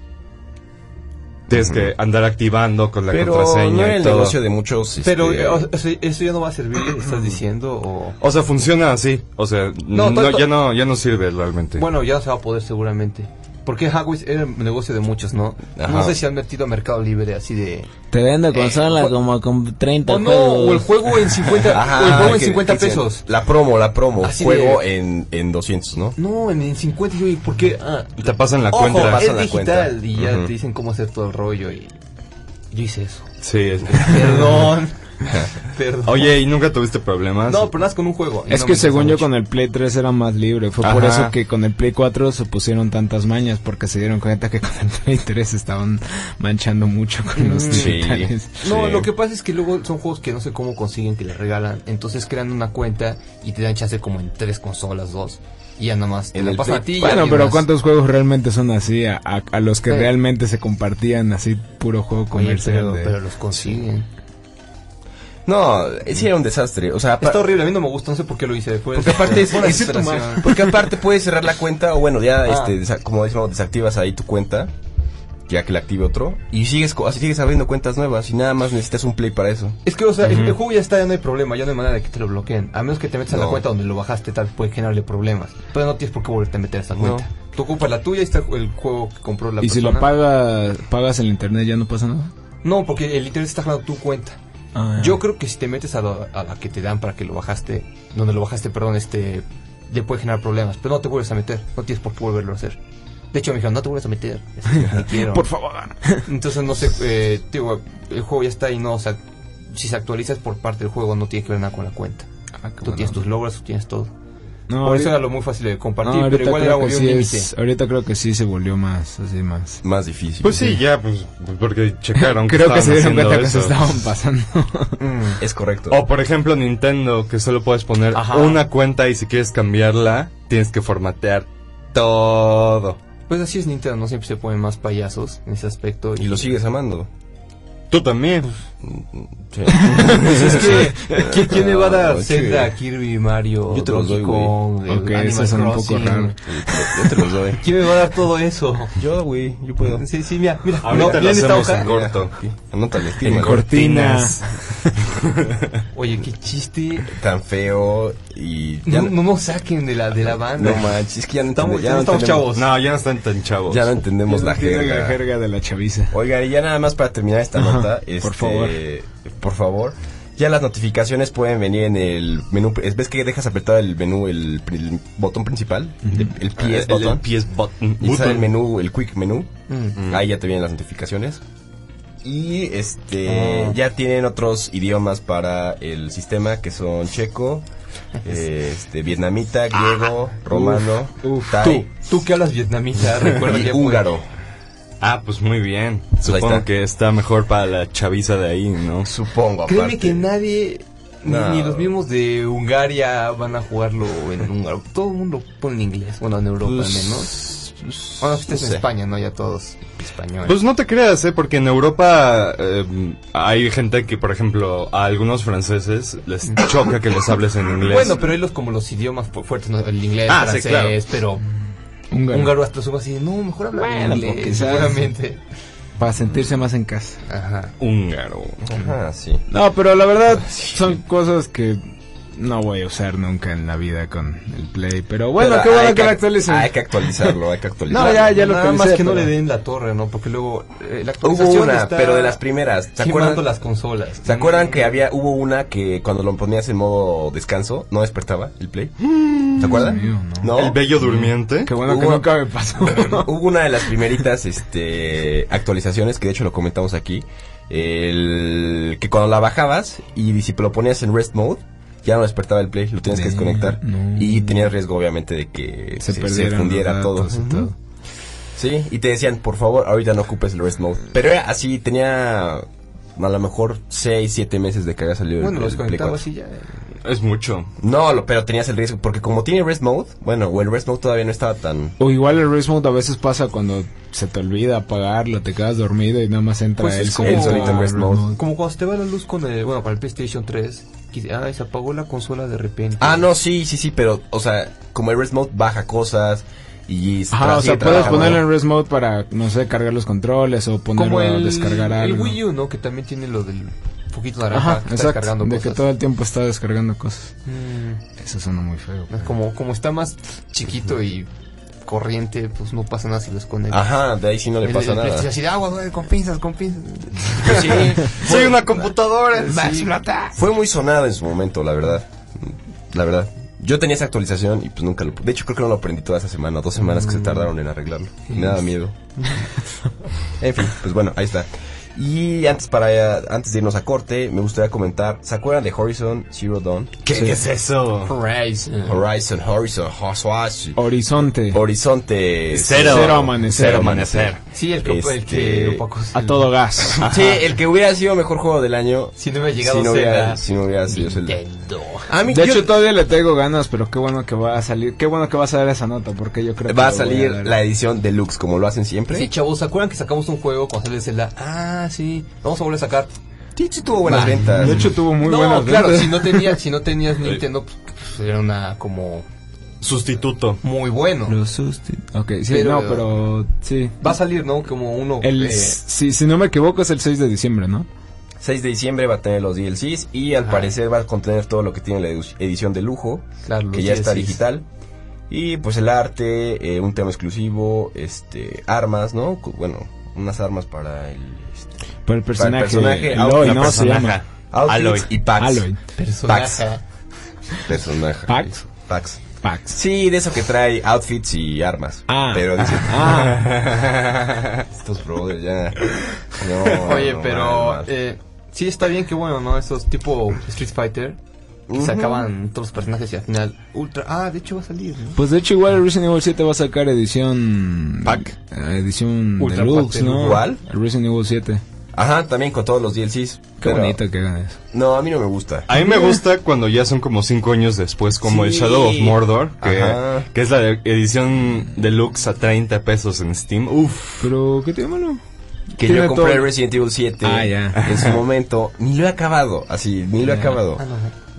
Speaker 6: Tienes que andar activando con la
Speaker 5: Pero
Speaker 6: contraseña
Speaker 5: no era
Speaker 6: y
Speaker 5: el
Speaker 6: todo.
Speaker 5: negocio de muchos. este,
Speaker 4: Pero, o sea, ¿eso ya no va a servir? ¿Estás diciendo? O...
Speaker 6: O sea, funciona así. O sea,
Speaker 4: No,
Speaker 6: no,
Speaker 4: tanto-
Speaker 6: ya no, ya no sirve realmente.
Speaker 4: Bueno, ya no se va a poder seguramente. Porque Hagwis era el negocio de muchos, ¿no?
Speaker 5: Ajá.
Speaker 4: No sé si han metido a Mercado Libre así de.
Speaker 9: Te vendo consola
Speaker 4: Eh,
Speaker 8: pues,
Speaker 4: o-
Speaker 9: como con 30
Speaker 4: O no,
Speaker 9: juegos.
Speaker 4: o el juego en 50,
Speaker 5: Ajá,
Speaker 4: o el juego en
Speaker 5: que
Speaker 4: 50
Speaker 5: dicen,
Speaker 4: pesos.
Speaker 5: La promo, la promo.
Speaker 4: Así
Speaker 5: juego
Speaker 4: de-
Speaker 5: en, en 200, ¿no?
Speaker 4: No, en, en 50 y ¿por qué? Ah,
Speaker 6: Te pasan la
Speaker 4: ojo,
Speaker 6: cuenta.
Speaker 5: pasan
Speaker 4: es
Speaker 5: la
Speaker 4: digital
Speaker 5: cuenta.
Speaker 4: y ya
Speaker 5: Ujú.
Speaker 4: te dicen cómo hacer todo el rollo y yo hice eso.
Speaker 6: Sí, es-
Speaker 4: Perdón. Perdón.
Speaker 6: Oye, ¿y nunca tuviste problemas?
Speaker 4: No, pero nada más con un juego. y
Speaker 8: Es
Speaker 4: no
Speaker 8: que
Speaker 4: me
Speaker 8: según yo
Speaker 4: interesa
Speaker 8: con el Play 3 era más libre, fue por
Speaker 6: Ajá.
Speaker 8: eso que con el Play 4 se pusieron tantas mañas, porque se dieron cuenta que con el Play 3 estaban manchando mucho con los
Speaker 5: Sí.
Speaker 8: digitales.
Speaker 4: mucho. No,
Speaker 5: Sí.
Speaker 4: lo que pasa es que luego son juegos que no sé cómo consiguen que les regalan. Entonces crean una cuenta y te dan chance como en tres consolas, dos.
Speaker 7: Y ya nomás.
Speaker 5: En
Speaker 7: la
Speaker 5: el
Speaker 7: pasan
Speaker 5: Play.
Speaker 7: a ti y
Speaker 8: Bueno,
Speaker 7: alguien
Speaker 8: pero
Speaker 7: más.
Speaker 8: ¿cuántos juegos realmente son así? A, a- a los que
Speaker 7: Sí.
Speaker 8: realmente se compartían así, puro juego
Speaker 4: Oye,
Speaker 8: comercial.
Speaker 4: pero,
Speaker 8: de-
Speaker 4: pero los consiguen.
Speaker 5: No, sí era un desastre. O sea, pa-
Speaker 4: Está horrible, a mí no me gusta, no sé por qué lo hice después.
Speaker 5: porque aparte es,
Speaker 4: Fue una
Speaker 5: es-
Speaker 4: desesperación.
Speaker 5: porque aparte puedes cerrar la cuenta o bueno, ya
Speaker 4: Ah.
Speaker 5: este desa- como decimos, desactivas ahí tu cuenta ya que la active otro y sigues co- así sigues abriendo cuentas nuevas y nada más necesitas un play para eso.
Speaker 4: Es que, o sea, el, el juego ya está, ya no hay problema, ya no hay manera de que te lo bloqueen. A menos que te metas en la
Speaker 5: No.
Speaker 4: cuenta donde lo bajaste, tal, puede generarle problemas. Pero no tienes por qué volverte a meter a esa cuenta. Tú ocupas la tuya y está el juego que compró la
Speaker 8: y
Speaker 4: persona.
Speaker 8: si lo pagas, pagas el internet, ya no pasa nada.
Speaker 4: No, porque el internet está jalando tu cuenta.
Speaker 8: Ah.
Speaker 4: Yo creo que si te metes a, la- a la que te dan para que lo bajaste, donde lo bajaste, perdón, este, te puede generar problemas. Pero no te vuelves a meter, no tienes por qué volverlo a hacer. De hecho, me dijeron, no te vuelves a meter. Ni quiero.
Speaker 8: Por favor.
Speaker 4: Entonces, no sé, eh, digo, el juego ya está ahí, no, o sea, si se actualiza es por parte del juego, no tiene que ver nada con la cuenta. Tú tienes tus logros, tú tienes todo.
Speaker 8: Ah,
Speaker 4: Por
Speaker 8: No,
Speaker 4: eso
Speaker 8: ahorita-
Speaker 4: era lo muy fácil de
Speaker 8: no,
Speaker 4: compartir, pero
Speaker 8: ahorita
Speaker 4: igual
Speaker 8: creo
Speaker 4: era
Speaker 8: que
Speaker 4: un
Speaker 8: sí
Speaker 4: límite.
Speaker 8: es- ahorita creo que sí se volvió más, así más.
Speaker 5: Más difícil.
Speaker 6: Pues sí, ya, pues, porque checaron.
Speaker 8: Creo que
Speaker 6: estaban
Speaker 8: se dieron
Speaker 6: haciendo
Speaker 8: cuenta que se
Speaker 6: eso.
Speaker 8: estaban pasando.
Speaker 5: es correcto.
Speaker 6: O por ejemplo Nintendo, que solo puedes poner
Speaker 4: Ajá.
Speaker 6: una cuenta y si quieres cambiarla, tienes que formatear todo.
Speaker 4: Pues así es Nintendo, ¿no? Siempre se ponen más payasos en ese aspecto.
Speaker 5: y lo sigues amando.
Speaker 6: Tú también.
Speaker 5: Sí.
Speaker 4: Es que, ¿qui- ¿quién le va a dar
Speaker 5: Ah,
Speaker 4: Zelda,
Speaker 5: chido.
Speaker 4: Kirby, Mario,
Speaker 5: Yo te los doy,
Speaker 4: Donkey
Speaker 5: güey.
Speaker 4: Kong, eh,
Speaker 8: Ok,
Speaker 4: Animal
Speaker 8: eso suena un poco
Speaker 4: Crossing?
Speaker 8: raro.
Speaker 5: Yo te los doy.
Speaker 4: ¿Quién me va a dar todo eso?
Speaker 5: Yo, güey, yo puedo.
Speaker 4: Sí, sí, mira, mira.
Speaker 6: Ahorita
Speaker 4: no,
Speaker 6: lo
Speaker 4: bien esta
Speaker 6: hacemos
Speaker 4: hoja.
Speaker 6: en corto.
Speaker 5: Anótale,
Speaker 8: En
Speaker 5: estímalo.
Speaker 8: cortinas.
Speaker 4: Oye, qué chiste.
Speaker 5: Tan feo y ya
Speaker 4: No, no nos saquen de la, de la banda.
Speaker 5: no manches, es que ya no
Speaker 4: Estamos-
Speaker 5: entendemos- ya no
Speaker 4: estamos
Speaker 5: entendemos-
Speaker 4: chavos.
Speaker 6: No, ya no están tan chavos.
Speaker 5: Ya no entendemos la jerga.
Speaker 8: La jerga de la chaviza.
Speaker 5: Oiga, y ya nada más para terminar esta
Speaker 8: Ajá,
Speaker 5: nota,
Speaker 8: por
Speaker 5: este,
Speaker 8: favor.
Speaker 5: por favor, ya las notificaciones pueden venir en el menú, ves que dejas apretado el menú, el, pri- el botón principal, el, el
Speaker 6: Ah, El-
Speaker 5: PS
Speaker 6: el,
Speaker 5: button,
Speaker 6: PS button.
Speaker 5: y sale el
Speaker 6: Button.
Speaker 5: menú, el quick menú,
Speaker 4: Mm.
Speaker 5: ahí ya te vienen las notificaciones. Y este,
Speaker 8: Ah.
Speaker 5: ya tienen otros idiomas para el sistema que son checo, este,
Speaker 8: Ah.
Speaker 5: vietnamita, griego, romano,
Speaker 4: Tú,
Speaker 5: thai
Speaker 4: tú que hablas vietnamita, recuerda
Speaker 5: y
Speaker 4: que
Speaker 5: húngaro.
Speaker 6: Ah, pues muy bien.
Speaker 5: ahí
Speaker 6: Supongo
Speaker 5: está.
Speaker 6: que está Pues, mejor para la chaviza de ahí, ¿no?
Speaker 5: Supongo,
Speaker 4: Créeme
Speaker 5: aparte.
Speaker 4: que nadie, ni-
Speaker 5: No.
Speaker 4: ni, los mismos de Hungaria van a jugarlo en húngaro. Todo el mundo pone en inglés, bueno, en Europa al menos. Bueno, si estás
Speaker 5: Pues, no
Speaker 4: en
Speaker 5: sé.
Speaker 4: España, ¿no? Ya todos españoles.
Speaker 6: Pues no te creas, ¿eh? porque en Europa eh, hay gente que, por ejemplo, a algunos franceses les choca que les hables en inglés.
Speaker 4: bueno, pero ellos como los idiomas fu- fuertes, ¿no? el inglés,
Speaker 6: Ah, sí,
Speaker 4: francés, pero húngaro hasta suma así, no, mejor hablar
Speaker 8: Bueno,
Speaker 4: inglés,
Speaker 8: porque sabes-
Speaker 4: seguramente.
Speaker 8: Para sentirse más en casa.
Speaker 4: Ajá.
Speaker 6: húngaro.
Speaker 5: Ajá, Ah, sí.
Speaker 8: No, pero la verdad son cosas que no voy a usar nunca en la vida con el Play. Pero bueno,
Speaker 5: Pero
Speaker 8: qué bueno
Speaker 5: hay
Speaker 8: que, lo actualicen.
Speaker 5: Hay que actualizarlo, hay que actualizarlo.
Speaker 8: No, ya, ya lo
Speaker 4: Nada
Speaker 8: actualicé,
Speaker 4: más que no
Speaker 8: pero-
Speaker 4: le den la torre, ¿no? Porque luego eh, la
Speaker 8: pues,
Speaker 4: actualización
Speaker 5: Hubo una,
Speaker 4: está
Speaker 5: pero de las primeras. ¿Se
Speaker 4: quemando
Speaker 5: acuerdan,
Speaker 4: las consolas.
Speaker 8: Mm.
Speaker 5: ¿Se acuerdan que había, hubo una que cuando lo ponías en modo descanso no despertaba el play? ¿Se acuerdan?
Speaker 8: Dios mío, no.
Speaker 6: El bello durmiente.
Speaker 8: Qué bueno que
Speaker 5: Hubo-
Speaker 8: nunca me pasó.
Speaker 5: Hubo una de las primeritas este, actualizaciones que de hecho lo comentamos aquí. El que cuando la bajabas y si lo ponías en rest mode, ya no despertaba el play, lo tenías que
Speaker 8: Damn,
Speaker 5: desconectar.
Speaker 8: no.
Speaker 5: Y tenías riesgo, obviamente, de que se,
Speaker 8: se,
Speaker 5: se
Speaker 8: perdieron los
Speaker 5: fundiera todo.
Speaker 8: datos y todo.
Speaker 5: Sí, y te decían, por favor, ahorita no ocupes el rest mode. Pero era así, tenía a lo mejor 6, 7 meses de que había salido el-
Speaker 4: Bueno,
Speaker 5: el,
Speaker 4: los
Speaker 5: Play
Speaker 4: conectabas
Speaker 5: 4.
Speaker 4: y ya. eh.
Speaker 6: Es mucho.
Speaker 5: No, lo- pero tenías el riesgo, porque como tiene rest mode, bueno, o el rest mode todavía no estaba tan...
Speaker 8: O igual el Race Mode a veces pasa cuando se te olvida apagarlo, te quedas dormido y nada más entra
Speaker 4: Pues
Speaker 8: él
Speaker 4: es como-
Speaker 8: solito.
Speaker 5: él solito en Rest Mode.
Speaker 4: Como cuando se te va la luz con el, bueno, para el PlayStation 3, que, ay, se apagó la consola de repente.
Speaker 5: Ah, no, sí, sí, sí, pero, o sea, como el rest mode baja cosas y... se
Speaker 8: Ajá,
Speaker 5: tra-
Speaker 8: o sea,
Speaker 5: sigue
Speaker 8: puedes
Speaker 5: trabajando.
Speaker 8: ponerlo en Race Mode para, no sé, cargar los controles o ponerlo
Speaker 4: como
Speaker 8: a
Speaker 4: el,
Speaker 8: descargar
Speaker 4: el
Speaker 8: algo.
Speaker 4: Wii U, ¿no? Que también tiene lo del poquito naranja
Speaker 8: Ajá,
Speaker 4: que está
Speaker 8: exacto.
Speaker 4: descargando
Speaker 8: De
Speaker 4: cosas.
Speaker 8: que todo el tiempo está descargando cosas.
Speaker 4: Mm,
Speaker 8: Eso suena muy feo. pero-
Speaker 4: como, como está más chiquito y corriente, pues no pasa nada si lo escondes.
Speaker 5: Ajá, de ahí sí Ah, no le
Speaker 4: El-
Speaker 5: pasa
Speaker 4: el
Speaker 5: nada.
Speaker 4: PlayStation así de agua, güey, con pinzas, con pinzas.
Speaker 5: Sí,
Speaker 6: Soy una computadora.
Speaker 4: Va a explotar.
Speaker 5: fue muy sonado en su momento, la verdad. La verdad. Yo tenía esa actualización y pues nunca lo... De hecho, creo que no lo aprendí toda esa semana, dos
Speaker 8: Mm.
Speaker 5: semanas que se tardaron en arreglarlo. Me daba miedo. En fin, pues bueno, ahí está. Y antes, para, antes de irnos a corte, me gustaría comentar, ¿se acuerdan de Horizon Zero Dawn?
Speaker 6: ¿Qué es eso?
Speaker 7: Horizon.
Speaker 5: eh. Horizon, Horizon, Horizon,
Speaker 8: Horizonte.
Speaker 5: Horizonte
Speaker 6: Cero.
Speaker 8: Cero amanecer.
Speaker 5: Cero amanecer.
Speaker 7: Sí, el que, el
Speaker 5: Este,
Speaker 7: que
Speaker 4: Pero Paco sí
Speaker 8: A
Speaker 4: lo-
Speaker 8: todo gas.
Speaker 5: Sí, el que hubiera sido mejor juego del año
Speaker 7: Si no hubiera
Speaker 5: si
Speaker 7: llegado
Speaker 5: no hubiera,
Speaker 7: Zelda.
Speaker 5: si no hubiera sido Zelda.
Speaker 7: Nintendo.
Speaker 5: A mí,
Speaker 8: De
Speaker 5: yo-
Speaker 8: hecho, todavía le tengo ganas, pero qué bueno que va a salir. Qué bueno que va a salir esa nota, porque yo creo que
Speaker 5: va a
Speaker 8: lo voy
Speaker 5: salir
Speaker 8: dar.
Speaker 5: la edición deluxe, como lo hacen siempre.
Speaker 4: Sí, chavos, ¿se acuerdan que sacamos un juego con sale de Zelda? Ah, sí, lo vamos a volver a sacar.
Speaker 5: Sí, sí tuvo buenas
Speaker 4: Va.
Speaker 5: ventas.
Speaker 8: Ah, De hecho, tuvo muy
Speaker 4: no,
Speaker 8: buenas
Speaker 4: claro,
Speaker 8: ventas.
Speaker 4: si no tenías, si no tenías Nintendo, pues, pues, era una como
Speaker 6: Sustituto.
Speaker 4: muy bueno.
Speaker 8: Ok, sí,
Speaker 4: Pero-
Speaker 8: no, pero sí.
Speaker 4: Va a salir, ¿no? Como uno
Speaker 8: El,
Speaker 4: eh,
Speaker 8: si, si no me equivoco, es el 6 de diciembre, ¿no?
Speaker 5: 6 de diciembre va a tener los DLCs y al parecer va a contener todo lo que tiene la edu- edición de lujo,
Speaker 4: Claro, los
Speaker 5: que ya está
Speaker 4: DLCs.
Speaker 5: digital. Y pues el arte, eh, un tema exclusivo, este, armas, ¿no? Cu- Bueno, unas armas para el este,
Speaker 8: Por
Speaker 5: para
Speaker 8: el
Speaker 5: el
Speaker 8: personaje.
Speaker 5: personaje,
Speaker 8: el
Speaker 5: out-
Speaker 8: Aloy,
Speaker 5: la
Speaker 8: ¿no? Se
Speaker 5: personaja.
Speaker 8: llama.
Speaker 5: Outfits
Speaker 6: Aloy.
Speaker 5: y packs.
Speaker 8: Aloy.
Speaker 5: Packs.
Speaker 7: Personaje.
Speaker 5: Personaje.
Speaker 8: Packs.
Speaker 5: Packs.
Speaker 8: Pax.
Speaker 5: Sí, de eso que trae outfits y armas.
Speaker 8: Ah.
Speaker 5: Pero dice.
Speaker 8: Ah,
Speaker 5: Estos brothers ya. No,
Speaker 4: Oye,
Speaker 5: Oh, no,
Speaker 4: pero
Speaker 5: mal, mal.
Speaker 4: eh, sí está bien que bueno, ¿no? Esos tipo Street Fighter que
Speaker 5: Ujú.
Speaker 4: sacaban todos los personajes y al final Ultra. Ah, de hecho va a salir. ¿no?
Speaker 8: pues de hecho, igual Resident Evil 7 va a sacar edición. Pack. Edición
Speaker 4: Ultra
Speaker 8: Deluxe,
Speaker 4: pack,
Speaker 8: ¿no?
Speaker 5: ¿cuál?
Speaker 8: Resident Evil 7. Qué
Speaker 5: Ajá, también con todos los DLCs. pero-
Speaker 8: bonito que hagan eso.
Speaker 5: No, a mí no me gusta.
Speaker 6: A mí me gusta cuando ya son como cinco años después, como el
Speaker 5: Sí.
Speaker 6: Shadow of Mordor, que,
Speaker 5: Ajá.
Speaker 6: que es la de- edición deluxe a 30 pesos en Steam. Uf,
Speaker 8: Pero, ¿qué tiene malo?
Speaker 5: Que
Speaker 8: Tiene
Speaker 5: yo compré
Speaker 8: todo.
Speaker 5: Resident Evil 7
Speaker 8: Ah, ya.
Speaker 5: en su momento. Ni lo he acabado, así, ni lo he acabado.
Speaker 4: Ah,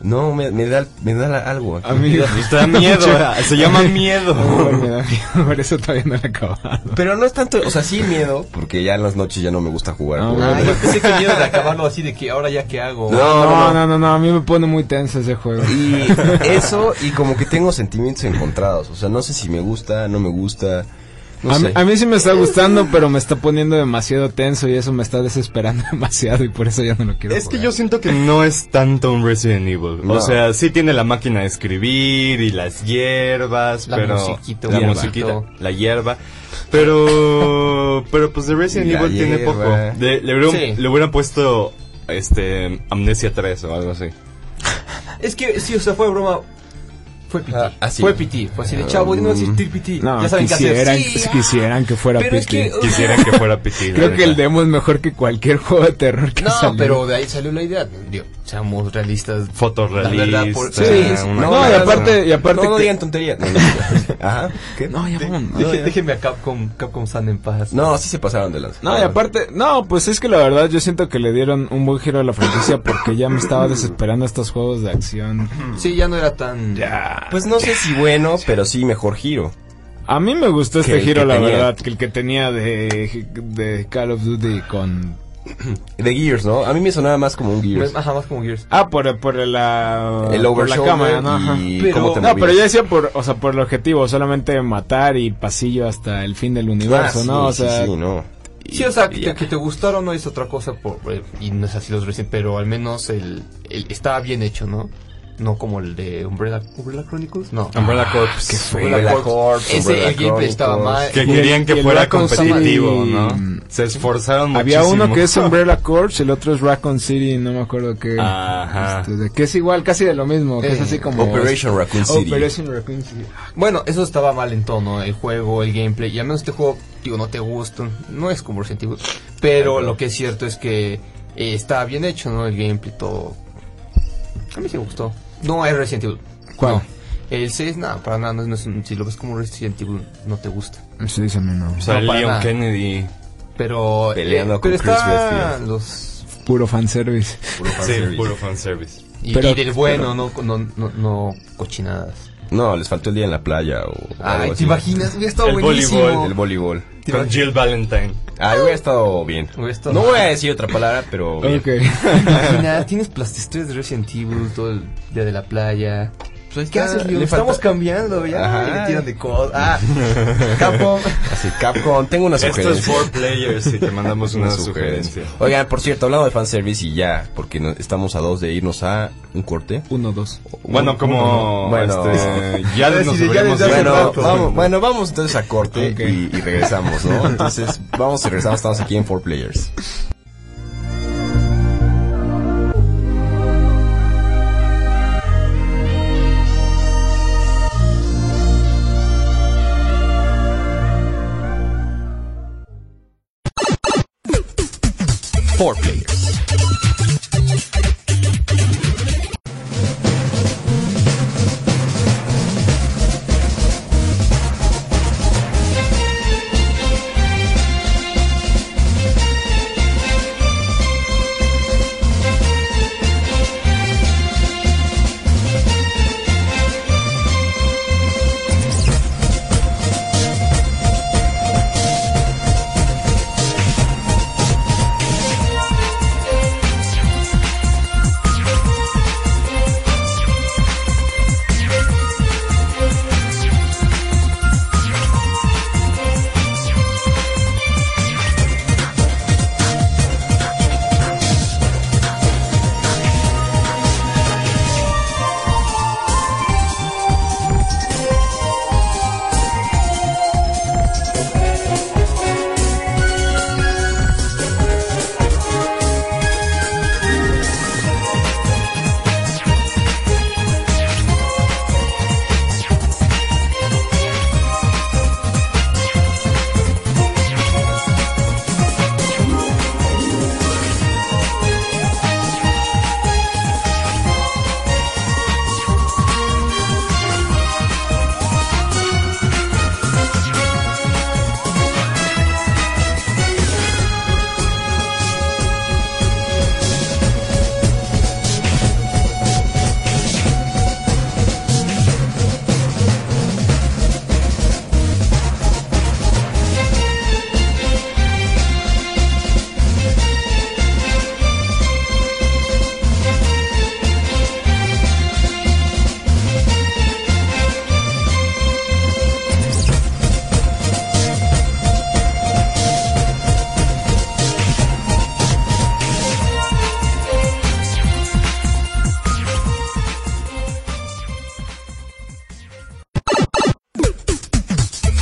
Speaker 5: No, me, me da, me da la- algo.
Speaker 8: A mí
Speaker 6: pues te da miedo, se llama miedo.
Speaker 8: me da miedo, por eso todavía no lo he acabado.
Speaker 5: Pero no es tanto, o sea, sí miedo, porque ya en las noches ya no me gusta jugar.
Speaker 8: Ah,
Speaker 5: juegos.
Speaker 8: bueno.
Speaker 4: Ah, yo pensé que miedo de acabarlo así de que ahora ya qué hago.
Speaker 5: No,
Speaker 8: No, no, no, no, a mí me pone muy tenso ese juego.
Speaker 5: Y eso, y como que tengo sentimientos encontrados. O sea, no sé si me gusta, no me gusta. No
Speaker 8: a, mí,
Speaker 5: sé.
Speaker 8: a mí sí me está gustando, pero me está poniendo demasiado tenso y eso me está desesperando demasiado y por eso ya no lo quiero
Speaker 6: Es que
Speaker 8: jugar.
Speaker 6: yo siento que no es tanto un Resident Evil.
Speaker 5: No.
Speaker 6: O sea, sí tiene la máquina de escribir y las hierbas,
Speaker 4: La
Speaker 6: pero
Speaker 4: musiquita,
Speaker 6: la
Speaker 4: hierba.
Speaker 6: musiquita, la hierba. Pero pero pues de Resident
Speaker 5: La
Speaker 6: Evil tiene
Speaker 5: hierba.
Speaker 6: poco. De- le, hubieran,
Speaker 4: Sí.
Speaker 6: le hubieran puesto este Amnesia 3 o algo así.
Speaker 4: Es que sí, o sea, fue broma. Fue PT.
Speaker 5: Ah, así.
Speaker 4: Fue PT. Fue así de chavo, no existir PT.
Speaker 8: No,
Speaker 4: ya saben qué hacer.
Speaker 8: quisieran,
Speaker 4: Sí, ah.
Speaker 8: quisieran que fuera
Speaker 4: Pero es
Speaker 8: PT.
Speaker 4: que-
Speaker 6: Quisiera que fuera PT. la
Speaker 8: Creo que
Speaker 6: verdad.
Speaker 8: el demo es mejor que cualquier juego de terror que
Speaker 7: No,
Speaker 8: salió.
Speaker 7: pero de ahí salió la idea. Digo, seamos realistas.
Speaker 6: fotorrealista.
Speaker 4: La verdad, por-
Speaker 5: Sí,
Speaker 6: una
Speaker 5: sí,
Speaker 8: No,
Speaker 6: cosa,
Speaker 8: y aparte, y
Speaker 5: No,
Speaker 8: aparte
Speaker 5: no
Speaker 8: que-
Speaker 5: digan tonterías. No, no. Ajá. ¿Qué?
Speaker 8: No, ya vámonos.
Speaker 4: Deje- déjenme a Capcom, Capcom San en paz.
Speaker 5: No, sí se pasaron de lanza.
Speaker 8: No, y aparte, no, pues es que la verdad yo siento que le dieron un buen giro a la franquicia porque ya me estaba desesperando estos juegos de acción.
Speaker 5: Mm.
Speaker 4: Sí, ya no era tan.
Speaker 5: Pues no sé si bueno, pero sí mejor giro.
Speaker 8: A mí me gustó
Speaker 5: Que
Speaker 8: este
Speaker 5: el
Speaker 8: giro,
Speaker 5: que
Speaker 8: la
Speaker 5: tenía.
Speaker 8: verdad, que el que tenía de, de Call of Duty con...
Speaker 5: De Gears, ¿no? A mí me sonaba más como un Gears.
Speaker 4: Ajá, más como Gears.
Speaker 8: Ah, por, por la...
Speaker 5: El
Speaker 8: ah, por la
Speaker 5: overshoulder
Speaker 8: cámara, ¿no? Ajá.
Speaker 5: y
Speaker 4: Pero-
Speaker 5: cómo te
Speaker 8: No,
Speaker 5: movías.
Speaker 8: pero yo decía por, o sea, por el objetivo, solamente matar y pasillo hasta el fin del universo,
Speaker 5: Ah, sí,
Speaker 8: ¿no? O
Speaker 5: sí,
Speaker 8: sea,
Speaker 5: sí, no.
Speaker 4: Sí, o sea, que,
Speaker 5: y
Speaker 4: te-
Speaker 5: ya.
Speaker 4: que te gustaron no es otra cosa, por, eh, y no es así los recién, pero al menos el, el- estaba bien hecho, ¿no? No como el de Umbrella, Umbrella Chronicles, no.
Speaker 6: Umbrella Corps.
Speaker 5: Ah, Umbrella Corps,
Speaker 4: Ese,
Speaker 5: Umbrella
Speaker 4: el gameplay estaba
Speaker 5: Chronicles.
Speaker 4: mal.
Speaker 6: Que
Speaker 8: Y el-
Speaker 6: querían
Speaker 8: y
Speaker 6: que
Speaker 8: el
Speaker 6: fuera
Speaker 8: Raccoon City-
Speaker 6: competitivo, ¿no? Se esforzaron
Speaker 8: Había
Speaker 6: muchísimo.
Speaker 8: uno que es Umbrella Corps, el otro es Raccoon City, no me acuerdo qué.
Speaker 6: Ajá.
Speaker 8: Este, de- que es igual, casi de lo mismo, que es
Speaker 4: Eh,
Speaker 8: así como...
Speaker 5: Operation
Speaker 4: Oh,
Speaker 5: Raccoon City.
Speaker 8: Operation Raccoon City.
Speaker 4: Bueno, eso estaba mal en tono, el juego, el gameplay, y al menos este juego, digo, no te gusta, no es como Resident Evil, pero lo que es cierto es que eh, estaba bien hecho, ¿no? El gameplay, todo. A mí sí me gustó. No es Resident Evil.
Speaker 8: ¿Cuál?
Speaker 4: No. El 6, nada, para nada, no es- no es un- si lo ves como Resident Evil, no te gusta.
Speaker 8: Sí, dice no.
Speaker 6: O sea,
Speaker 4: No, para
Speaker 6: Leon
Speaker 4: nada.
Speaker 6: Kennedy.
Speaker 4: Pero. eh,
Speaker 5: Peleando con
Speaker 4: pero
Speaker 5: Chris
Speaker 4: está
Speaker 5: Redfield.
Speaker 4: los-
Speaker 8: Puro fanservice.
Speaker 6: Sí, puro fanservice.
Speaker 4: Y,
Speaker 8: Pero-
Speaker 4: y del bueno, no, no, no, no cochinadas.
Speaker 5: No, les faltó el día en la playa o
Speaker 4: Ay,
Speaker 5: algo
Speaker 4: ¿te
Speaker 5: así.
Speaker 4: imaginas? Hubiera estado
Speaker 6: El
Speaker 4: buenísimo.
Speaker 6: voleibol,
Speaker 5: El voleibol.
Speaker 4: ¿Te
Speaker 6: Con
Speaker 4: imaginas?
Speaker 6: Jill Valentine.
Speaker 5: Ay, hubiera estado bien.
Speaker 4: Hubiera estado-
Speaker 5: No voy a decir otra palabra, pero bien.
Speaker 8: Ok.
Speaker 4: ¿Te imaginas? Tienes plastistrés de Resident Evil, todo el día de la playa. ¿Qué haces, Leo?
Speaker 5: le falta-
Speaker 4: Estamos cambiando, ya.
Speaker 5: Ajá.
Speaker 4: Le tiran de cosas. Ah, Capcom.
Speaker 5: Así, Capcom, tengo una
Speaker 6: Esto es
Speaker 5: sugerencia.
Speaker 6: for players y te mandamos una
Speaker 5: Una
Speaker 6: sugerencia.
Speaker 5: Oigan, por cierto, hablando de fanservice y ya, porque no- estamos a dos de irnos a un corte.
Speaker 8: Uno, dos.
Speaker 6: Bueno, como
Speaker 5: Bueno.
Speaker 6: este, ya
Speaker 4: Ya
Speaker 6: nos
Speaker 4: decidí, ya
Speaker 6: deberíamos
Speaker 4: desde hace
Speaker 6: ir.
Speaker 5: Bueno,
Speaker 4: rato.
Speaker 5: vamos, bueno, vamos entonces a corte
Speaker 8: Ok.
Speaker 5: y, y regresamos, ¿no? Entonces, vamos y regresamos, estamos aquí en Four Players.
Speaker 3: Four Players.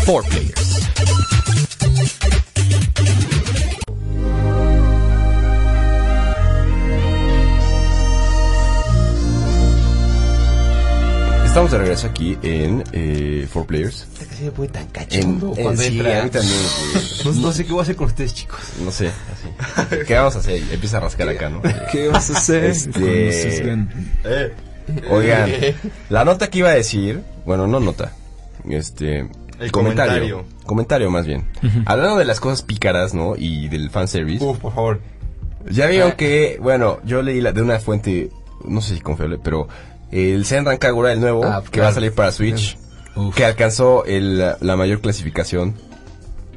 Speaker 3: Four Players.
Speaker 5: Estamos de regreso aquí en eh, Four Players.
Speaker 4: que se me pone tan
Speaker 5: En,
Speaker 4: cachondo
Speaker 5: en
Speaker 4: cuando
Speaker 5: sí,
Speaker 4: entra.
Speaker 5: a mí también, güey.
Speaker 4: No, no sé qué voy a hacer con ustedes, chicos.
Speaker 5: pues, No sé. así. ¿Qué vamos a hacer? Empieza a rascar acá, ¿no?
Speaker 8: ¿Qué vas a hacer?
Speaker 5: Este-
Speaker 8: Cuando estés gran-
Speaker 6: Eh,
Speaker 5: Oigan, la nota que iba a decir, bueno, no nota, este comentario,
Speaker 6: El comentario.
Speaker 5: comentario, más bien. Hablando de las cosas pícaras, ¿no? Y del fan service.
Speaker 4: Uf, por favor.
Speaker 5: Ya
Speaker 4: Ah.
Speaker 5: vieron que, bueno, yo leí la, de una fuente, no sé si confiable, pero el Senran Kagura, el nuevo,
Speaker 7: Ah,
Speaker 5: que
Speaker 7: claro.
Speaker 5: va a salir para Switch,
Speaker 4: Uh.
Speaker 8: Uf.
Speaker 5: que alcanzó el- la mayor clasificación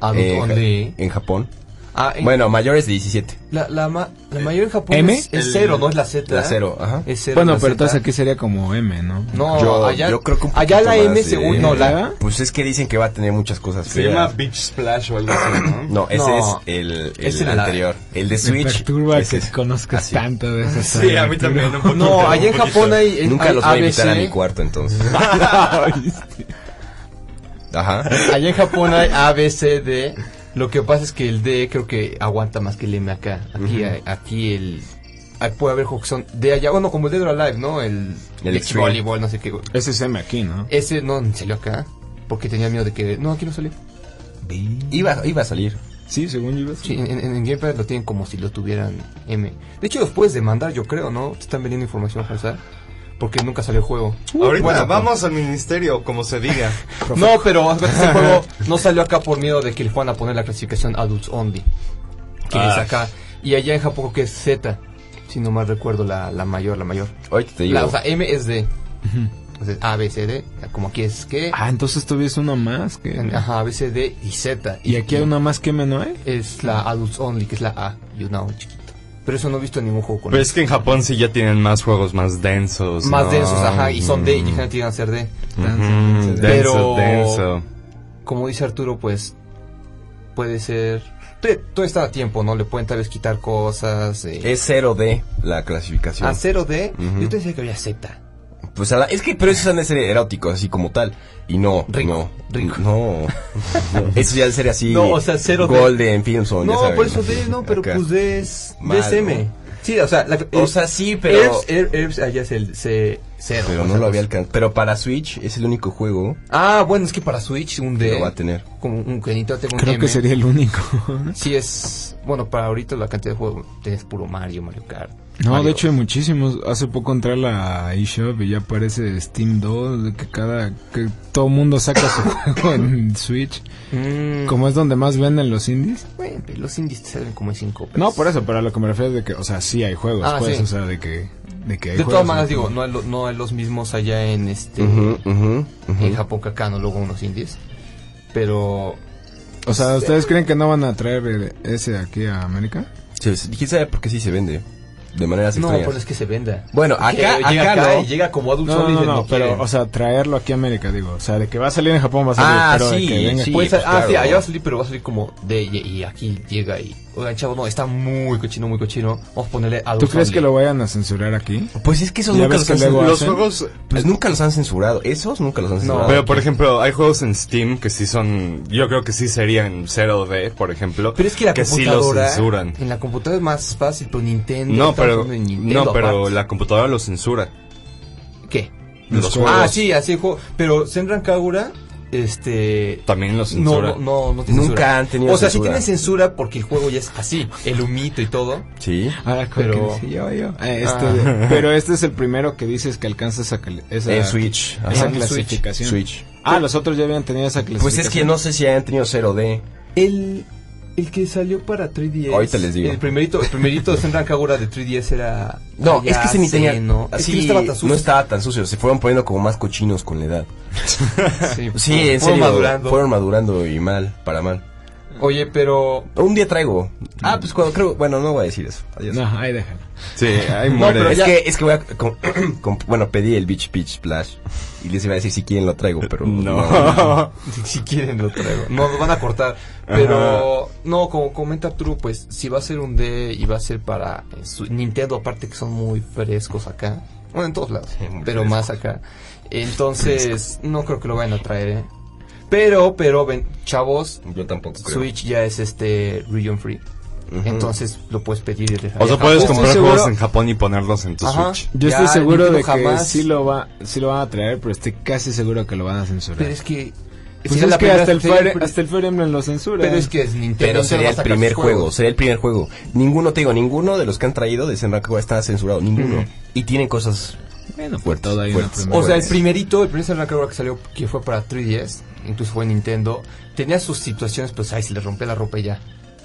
Speaker 4: ¿A
Speaker 5: en,
Speaker 4: Ah, dónde?
Speaker 5: Ja- en Japón.
Speaker 4: Ah, en-
Speaker 5: Eh, Bueno, mayores de 17.
Speaker 4: la, la, ma- la mayor en Japón
Speaker 8: ¿M?
Speaker 4: es, es cero, no es la Z.
Speaker 5: La cero, ajá.
Speaker 4: Es cero,
Speaker 8: Bueno,
Speaker 4: la
Speaker 8: pero
Speaker 4: Z.
Speaker 8: entonces aquí sería como M, ¿no?
Speaker 4: No,
Speaker 5: Yo-
Speaker 4: allá,
Speaker 5: yo creo que un
Speaker 4: allá
Speaker 5: poquito
Speaker 4: la M,
Speaker 5: más de-
Speaker 4: según. No, la.
Speaker 5: Pues es que dicen que va a tener muchas cosas.
Speaker 6: Se
Speaker 5: feas.
Speaker 6: llama Beach Splash o algo así, ¿no?
Speaker 5: No, ese
Speaker 4: No.
Speaker 5: es el, el
Speaker 4: Es el-
Speaker 5: anterior. El de
Speaker 8: Me
Speaker 5: Switch.
Speaker 8: perturba
Speaker 5: ese
Speaker 8: que
Speaker 5: es.
Speaker 8: conozcas
Speaker 5: Así.
Speaker 8: tanto de esas.
Speaker 6: Sí, a mí también. un poquito,
Speaker 4: No,
Speaker 6: un
Speaker 4: allá en
Speaker 6: poquito.
Speaker 4: Japón hay.
Speaker 5: Nunca
Speaker 4: hay
Speaker 5: los voy a invitar a
Speaker 4: ABC.
Speaker 5: mi cuarto, entonces. Ajá.
Speaker 4: Allá en Japón hay A, B, C, D. Lo que pasa es que el D creo que aguanta más que el M acá. Aquí, aquí el. ah, puede haber juegos que son de allá. Bueno, como el Dead or Alive, ¿no? El,
Speaker 5: El
Speaker 4: Beach
Speaker 5: Extreme.
Speaker 4: Volleyball, no sé qué.
Speaker 8: Ese es M aquí, ¿no?
Speaker 4: Ese no salió acá. Porque tenía miedo de que. No, aquí no salió.
Speaker 5: Iba, iba a salir.
Speaker 8: Sí, según yo.
Speaker 4: Sí, en, en, en Gamepad lo tienen como si lo tuvieran M. De hecho, los puedes demandar, yo creo, ¿no? Te están vendiendo información falsa. Porque nunca salió el juego.
Speaker 6: Ahorita
Speaker 5: pues,
Speaker 4: Bueno,
Speaker 6: vamos al ministerio, como se diga.
Speaker 4: No, pero haz de cuenta, ese juego no salió acá por miedo de que le fueran a poner la clasificación Adults Only. Que
Speaker 8: Ah.
Speaker 4: es acá. Y allá en Japón creo que es Z. Si no mal recuerdo, la, la mayor, la mayor.
Speaker 5: Hoy te digo.
Speaker 4: La, o sea, M es D. O sea, A, B, C, D. Como aquí es que.
Speaker 8: Ah, entonces todavía es una más que...
Speaker 4: Ajá, A, B, C, D y Z.
Speaker 8: Y aquí hay una más que M, ¿no hay?
Speaker 4: Es la Adults Only, que es la A. Y una O chiquita. Pero eso no he visto en ningún juego con
Speaker 6: Pero
Speaker 8: Pues,
Speaker 6: es que en Japón sí ya tienen más juegos más densos.
Speaker 4: Más
Speaker 6: ¿no?
Speaker 4: densos, ajá. Y son D y generalmente llegan a ser D.
Speaker 6: Mm, denso,
Speaker 4: Pero-
Speaker 6: denso.
Speaker 4: como dice Arturo, pues puede ser. te- Todo está a tiempo, ¿no? Le pueden tal vez quitar cosas. eh.
Speaker 5: Es 0D la clasificación.
Speaker 4: a 0D, yo te decía que había Z.
Speaker 5: Pues a la- es que, pero esos han de ser eróticos, así como tal. Y no,
Speaker 4: Rico,
Speaker 5: no.
Speaker 4: rico.
Speaker 5: No. Eso ya de ser así.
Speaker 4: No, o sea, 0D.
Speaker 5: Golden Films o Oh, ya
Speaker 4: No,
Speaker 5: saben,
Speaker 4: por eso
Speaker 5: así,
Speaker 4: D, no, pero
Speaker 5: acá.
Speaker 4: pues D es. D
Speaker 5: Mal,
Speaker 4: es M.
Speaker 5: ¿no?
Speaker 4: Sí, o sea, la-
Speaker 5: O
Speaker 4: el-
Speaker 5: sea, sí, pero.
Speaker 4: Herbs, Her- Herbs, ah, allá se, se cero.
Speaker 5: Pero no
Speaker 4: o sea, pues,
Speaker 5: lo había alcanzado. Pero para Switch es el único juego
Speaker 4: Ah, bueno, es que para Switch un
Speaker 5: que
Speaker 4: D
Speaker 5: lo va a tener.
Speaker 4: como un que necesita tengo un
Speaker 8: Creo que
Speaker 4: M.
Speaker 8: sería el único.
Speaker 4: Sí es, bueno, para ahorita la cantidad de juegos es puro Mario, Mario Kart.
Speaker 8: No,
Speaker 4: Mario-
Speaker 8: de hecho hay muchísimos. Hace poco entré a la eShop y ya aparece Steam 2, de que cada que todo mundo saca su juego en Switch.
Speaker 4: Mm,
Speaker 8: Como es donde más venden los indies.
Speaker 4: bueno, pero los indies te salen como en 5 pesos.
Speaker 8: No, por eso, pero a lo que me refiero es de que, o sea, sí hay juegos,
Speaker 4: Pues Ah,
Speaker 8: pues,
Speaker 4: sí.
Speaker 8: o sea, de que de que hay
Speaker 4: De
Speaker 8: juegos,
Speaker 4: todas maneras
Speaker 8: ¿no?
Speaker 4: digo, no hay, lo- no hay los mismos allá en este
Speaker 5: Ujú, ujú, ujú.
Speaker 4: en Japón que acá no luego unos indies. Pero
Speaker 8: O sea, ¿ustedes creen que no van a traer el- ese aquí a América?
Speaker 5: Se- se- ¿Quién sabe por qué sí se vende? De maneras
Speaker 4: no,
Speaker 5: extrañas.
Speaker 4: pues es que se venda.
Speaker 5: Bueno, acá-
Speaker 4: Que llega
Speaker 5: Ah, eh, acá no.
Speaker 4: y llega como Adult
Speaker 8: No, no,
Speaker 4: Swim y
Speaker 8: no,
Speaker 4: dicen,
Speaker 8: no, pero,
Speaker 4: quieren.
Speaker 8: o sea, traerlo aquí a América, digo. O sea, de que va a salir en Japón va a salir,
Speaker 5: Ah,
Speaker 8: pero de
Speaker 5: sí,
Speaker 8: que venga.
Speaker 5: sí.
Speaker 4: Puede
Speaker 5: pues,
Speaker 4: ser- ah, sí,
Speaker 5: claro.
Speaker 4: allá va a salir, pero va a salir como de y, y aquí llega y oigan, chavo, no, está muy cochino, muy cochino. Vamos a ponerle Adult
Speaker 8: ¿Tú crees
Speaker 4: Only".
Speaker 8: que lo vayan a censurar aquí?
Speaker 5: Pues es que esos
Speaker 8: Ya
Speaker 5: nunca
Speaker 8: ves
Speaker 5: los
Speaker 8: que
Speaker 5: han
Speaker 8: luego
Speaker 5: censurado.
Speaker 6: Los
Speaker 8: hacen?
Speaker 6: juegos
Speaker 5: Pues nunca los han censurado. Esos nunca los han censurado.
Speaker 6: Pero por ejemplo, hay juegos en Steam que sí son, yo creo que sí serían 0D, por ejemplo,
Speaker 4: Pero es que la
Speaker 6: sí los
Speaker 4: computadora
Speaker 6: censuran.
Speaker 4: en la computadora es más fácil, pero Nintendo
Speaker 6: No,
Speaker 4: estamos
Speaker 6: pero
Speaker 4: hablando de Nintendo,
Speaker 6: no, pero
Speaker 4: aparte.
Speaker 6: la computadora los censura.
Speaker 4: ¿qué?
Speaker 6: Los,
Speaker 8: Los
Speaker 6: juegos
Speaker 4: Ah, sí, así el juego. Pero Senran Kagura, este.
Speaker 6: también los
Speaker 4: No,
Speaker 6: censura.
Speaker 4: no, no, no tiene
Speaker 5: Nunca
Speaker 4: censura.
Speaker 5: han tenido
Speaker 4: O sea, sí
Speaker 5: censura.
Speaker 4: tienen censura porque el juego ya es así, el humito y todo.
Speaker 5: Sí.
Speaker 8: Ahora,
Speaker 4: ¿cuál
Speaker 8: pero...
Speaker 4: que
Speaker 8: yo, yo. este, Pero este es el primero que dices que alcanza esa, cali- esa,
Speaker 5: En Switch.
Speaker 8: esa
Speaker 5: Ajá.
Speaker 8: clasificación.
Speaker 5: Switch.
Speaker 8: Ah, los otros ya habían tenido esa clasificación.
Speaker 5: Pues es que no sé si hayan tenido 0D.
Speaker 4: El, el que salió para 3DS.
Speaker 5: Ahorita les digo.
Speaker 4: El primerito, el primerito de Senran Kagura de 3DS era.
Speaker 5: No,
Speaker 4: Ah, ya
Speaker 5: es que se ni
Speaker 4: sé,
Speaker 5: tenía. Ah,
Speaker 4: No, es que
Speaker 5: Sí,
Speaker 4: no estaba tan sucio.
Speaker 5: no estaba tan sucio. Se fueron poniendo como más cochinos con la edad.
Speaker 4: Sí,
Speaker 5: Sí,
Speaker 4: fueron
Speaker 5: en serio.
Speaker 4: madurando.
Speaker 5: Fueron madurando y mal, para mal.
Speaker 4: Oye, pero.
Speaker 5: Un día traigo. Ah, pues cuando creo. Bueno, no voy a decir eso. Adiós.
Speaker 8: No, ahí déjalo.
Speaker 6: Sí, ahí
Speaker 5: No,
Speaker 6: muere.
Speaker 5: pero es
Speaker 4: ya-
Speaker 5: que, es que voy a. com- com- bueno, pedí el Beach Beach Splash. Y les iba a decir si quieren lo traigo, pero.
Speaker 6: No.
Speaker 4: Si, si quieren lo traigo. No, lo van a cortar. Pero, no, como comenta Arturo, pues si va a ser un D y va a ser para eh, su- Nintendo, aparte que son muy frescos acá. Bueno, en todos lados,
Speaker 5: muy
Speaker 4: pero más acá. Entonces, no creo que lo vayan a traer, ¿eh? Pero, pero, ven, chavos,
Speaker 5: Yo tampoco creo.
Speaker 4: Switch ya es este region free. Entonces lo puedes pedir y dejar.
Speaker 6: O sea, puedes
Speaker 8: Estoy
Speaker 6: comprar
Speaker 8: seguro-
Speaker 6: juegos en Japón y ponerlos en tu
Speaker 4: Ajá.
Speaker 6: Switch.
Speaker 8: Yo
Speaker 4: Ya,
Speaker 8: estoy seguro
Speaker 4: Nintendo
Speaker 8: de que
Speaker 4: jamás-
Speaker 8: sí, lo va, sí lo van a traer, pero estoy casi seguro que lo van a censurar.
Speaker 4: Pero es que.
Speaker 8: Pues
Speaker 4: sería
Speaker 8: es
Speaker 4: la
Speaker 8: que
Speaker 4: primera-
Speaker 8: hasta el,
Speaker 4: sería
Speaker 8: Fire,
Speaker 4: pri-
Speaker 8: hasta el Fire Emblem lo censura.
Speaker 4: Pero es que es Nintendo.
Speaker 5: Pero
Speaker 4: no va
Speaker 5: sería
Speaker 4: a
Speaker 5: el
Speaker 4: sacar
Speaker 5: primer
Speaker 4: sus
Speaker 5: juego,
Speaker 4: juegos.
Speaker 5: sería el primer juego. Ninguno, te digo, ninguno de los que han traído de Senran Kagura está censurado, ninguno. Y tienen cosas
Speaker 8: Bueno, por
Speaker 5: fuertes,
Speaker 8: todo hay una
Speaker 5: fuertes.
Speaker 8: primera.
Speaker 4: O sea, el
Speaker 5: Pues-
Speaker 4: primerito, el primer Senran Kagura que salió, que fue para 3DS, incluso fue en Nintendo, tenía sus situaciones, pues ahí se le rompía la ropa y ya.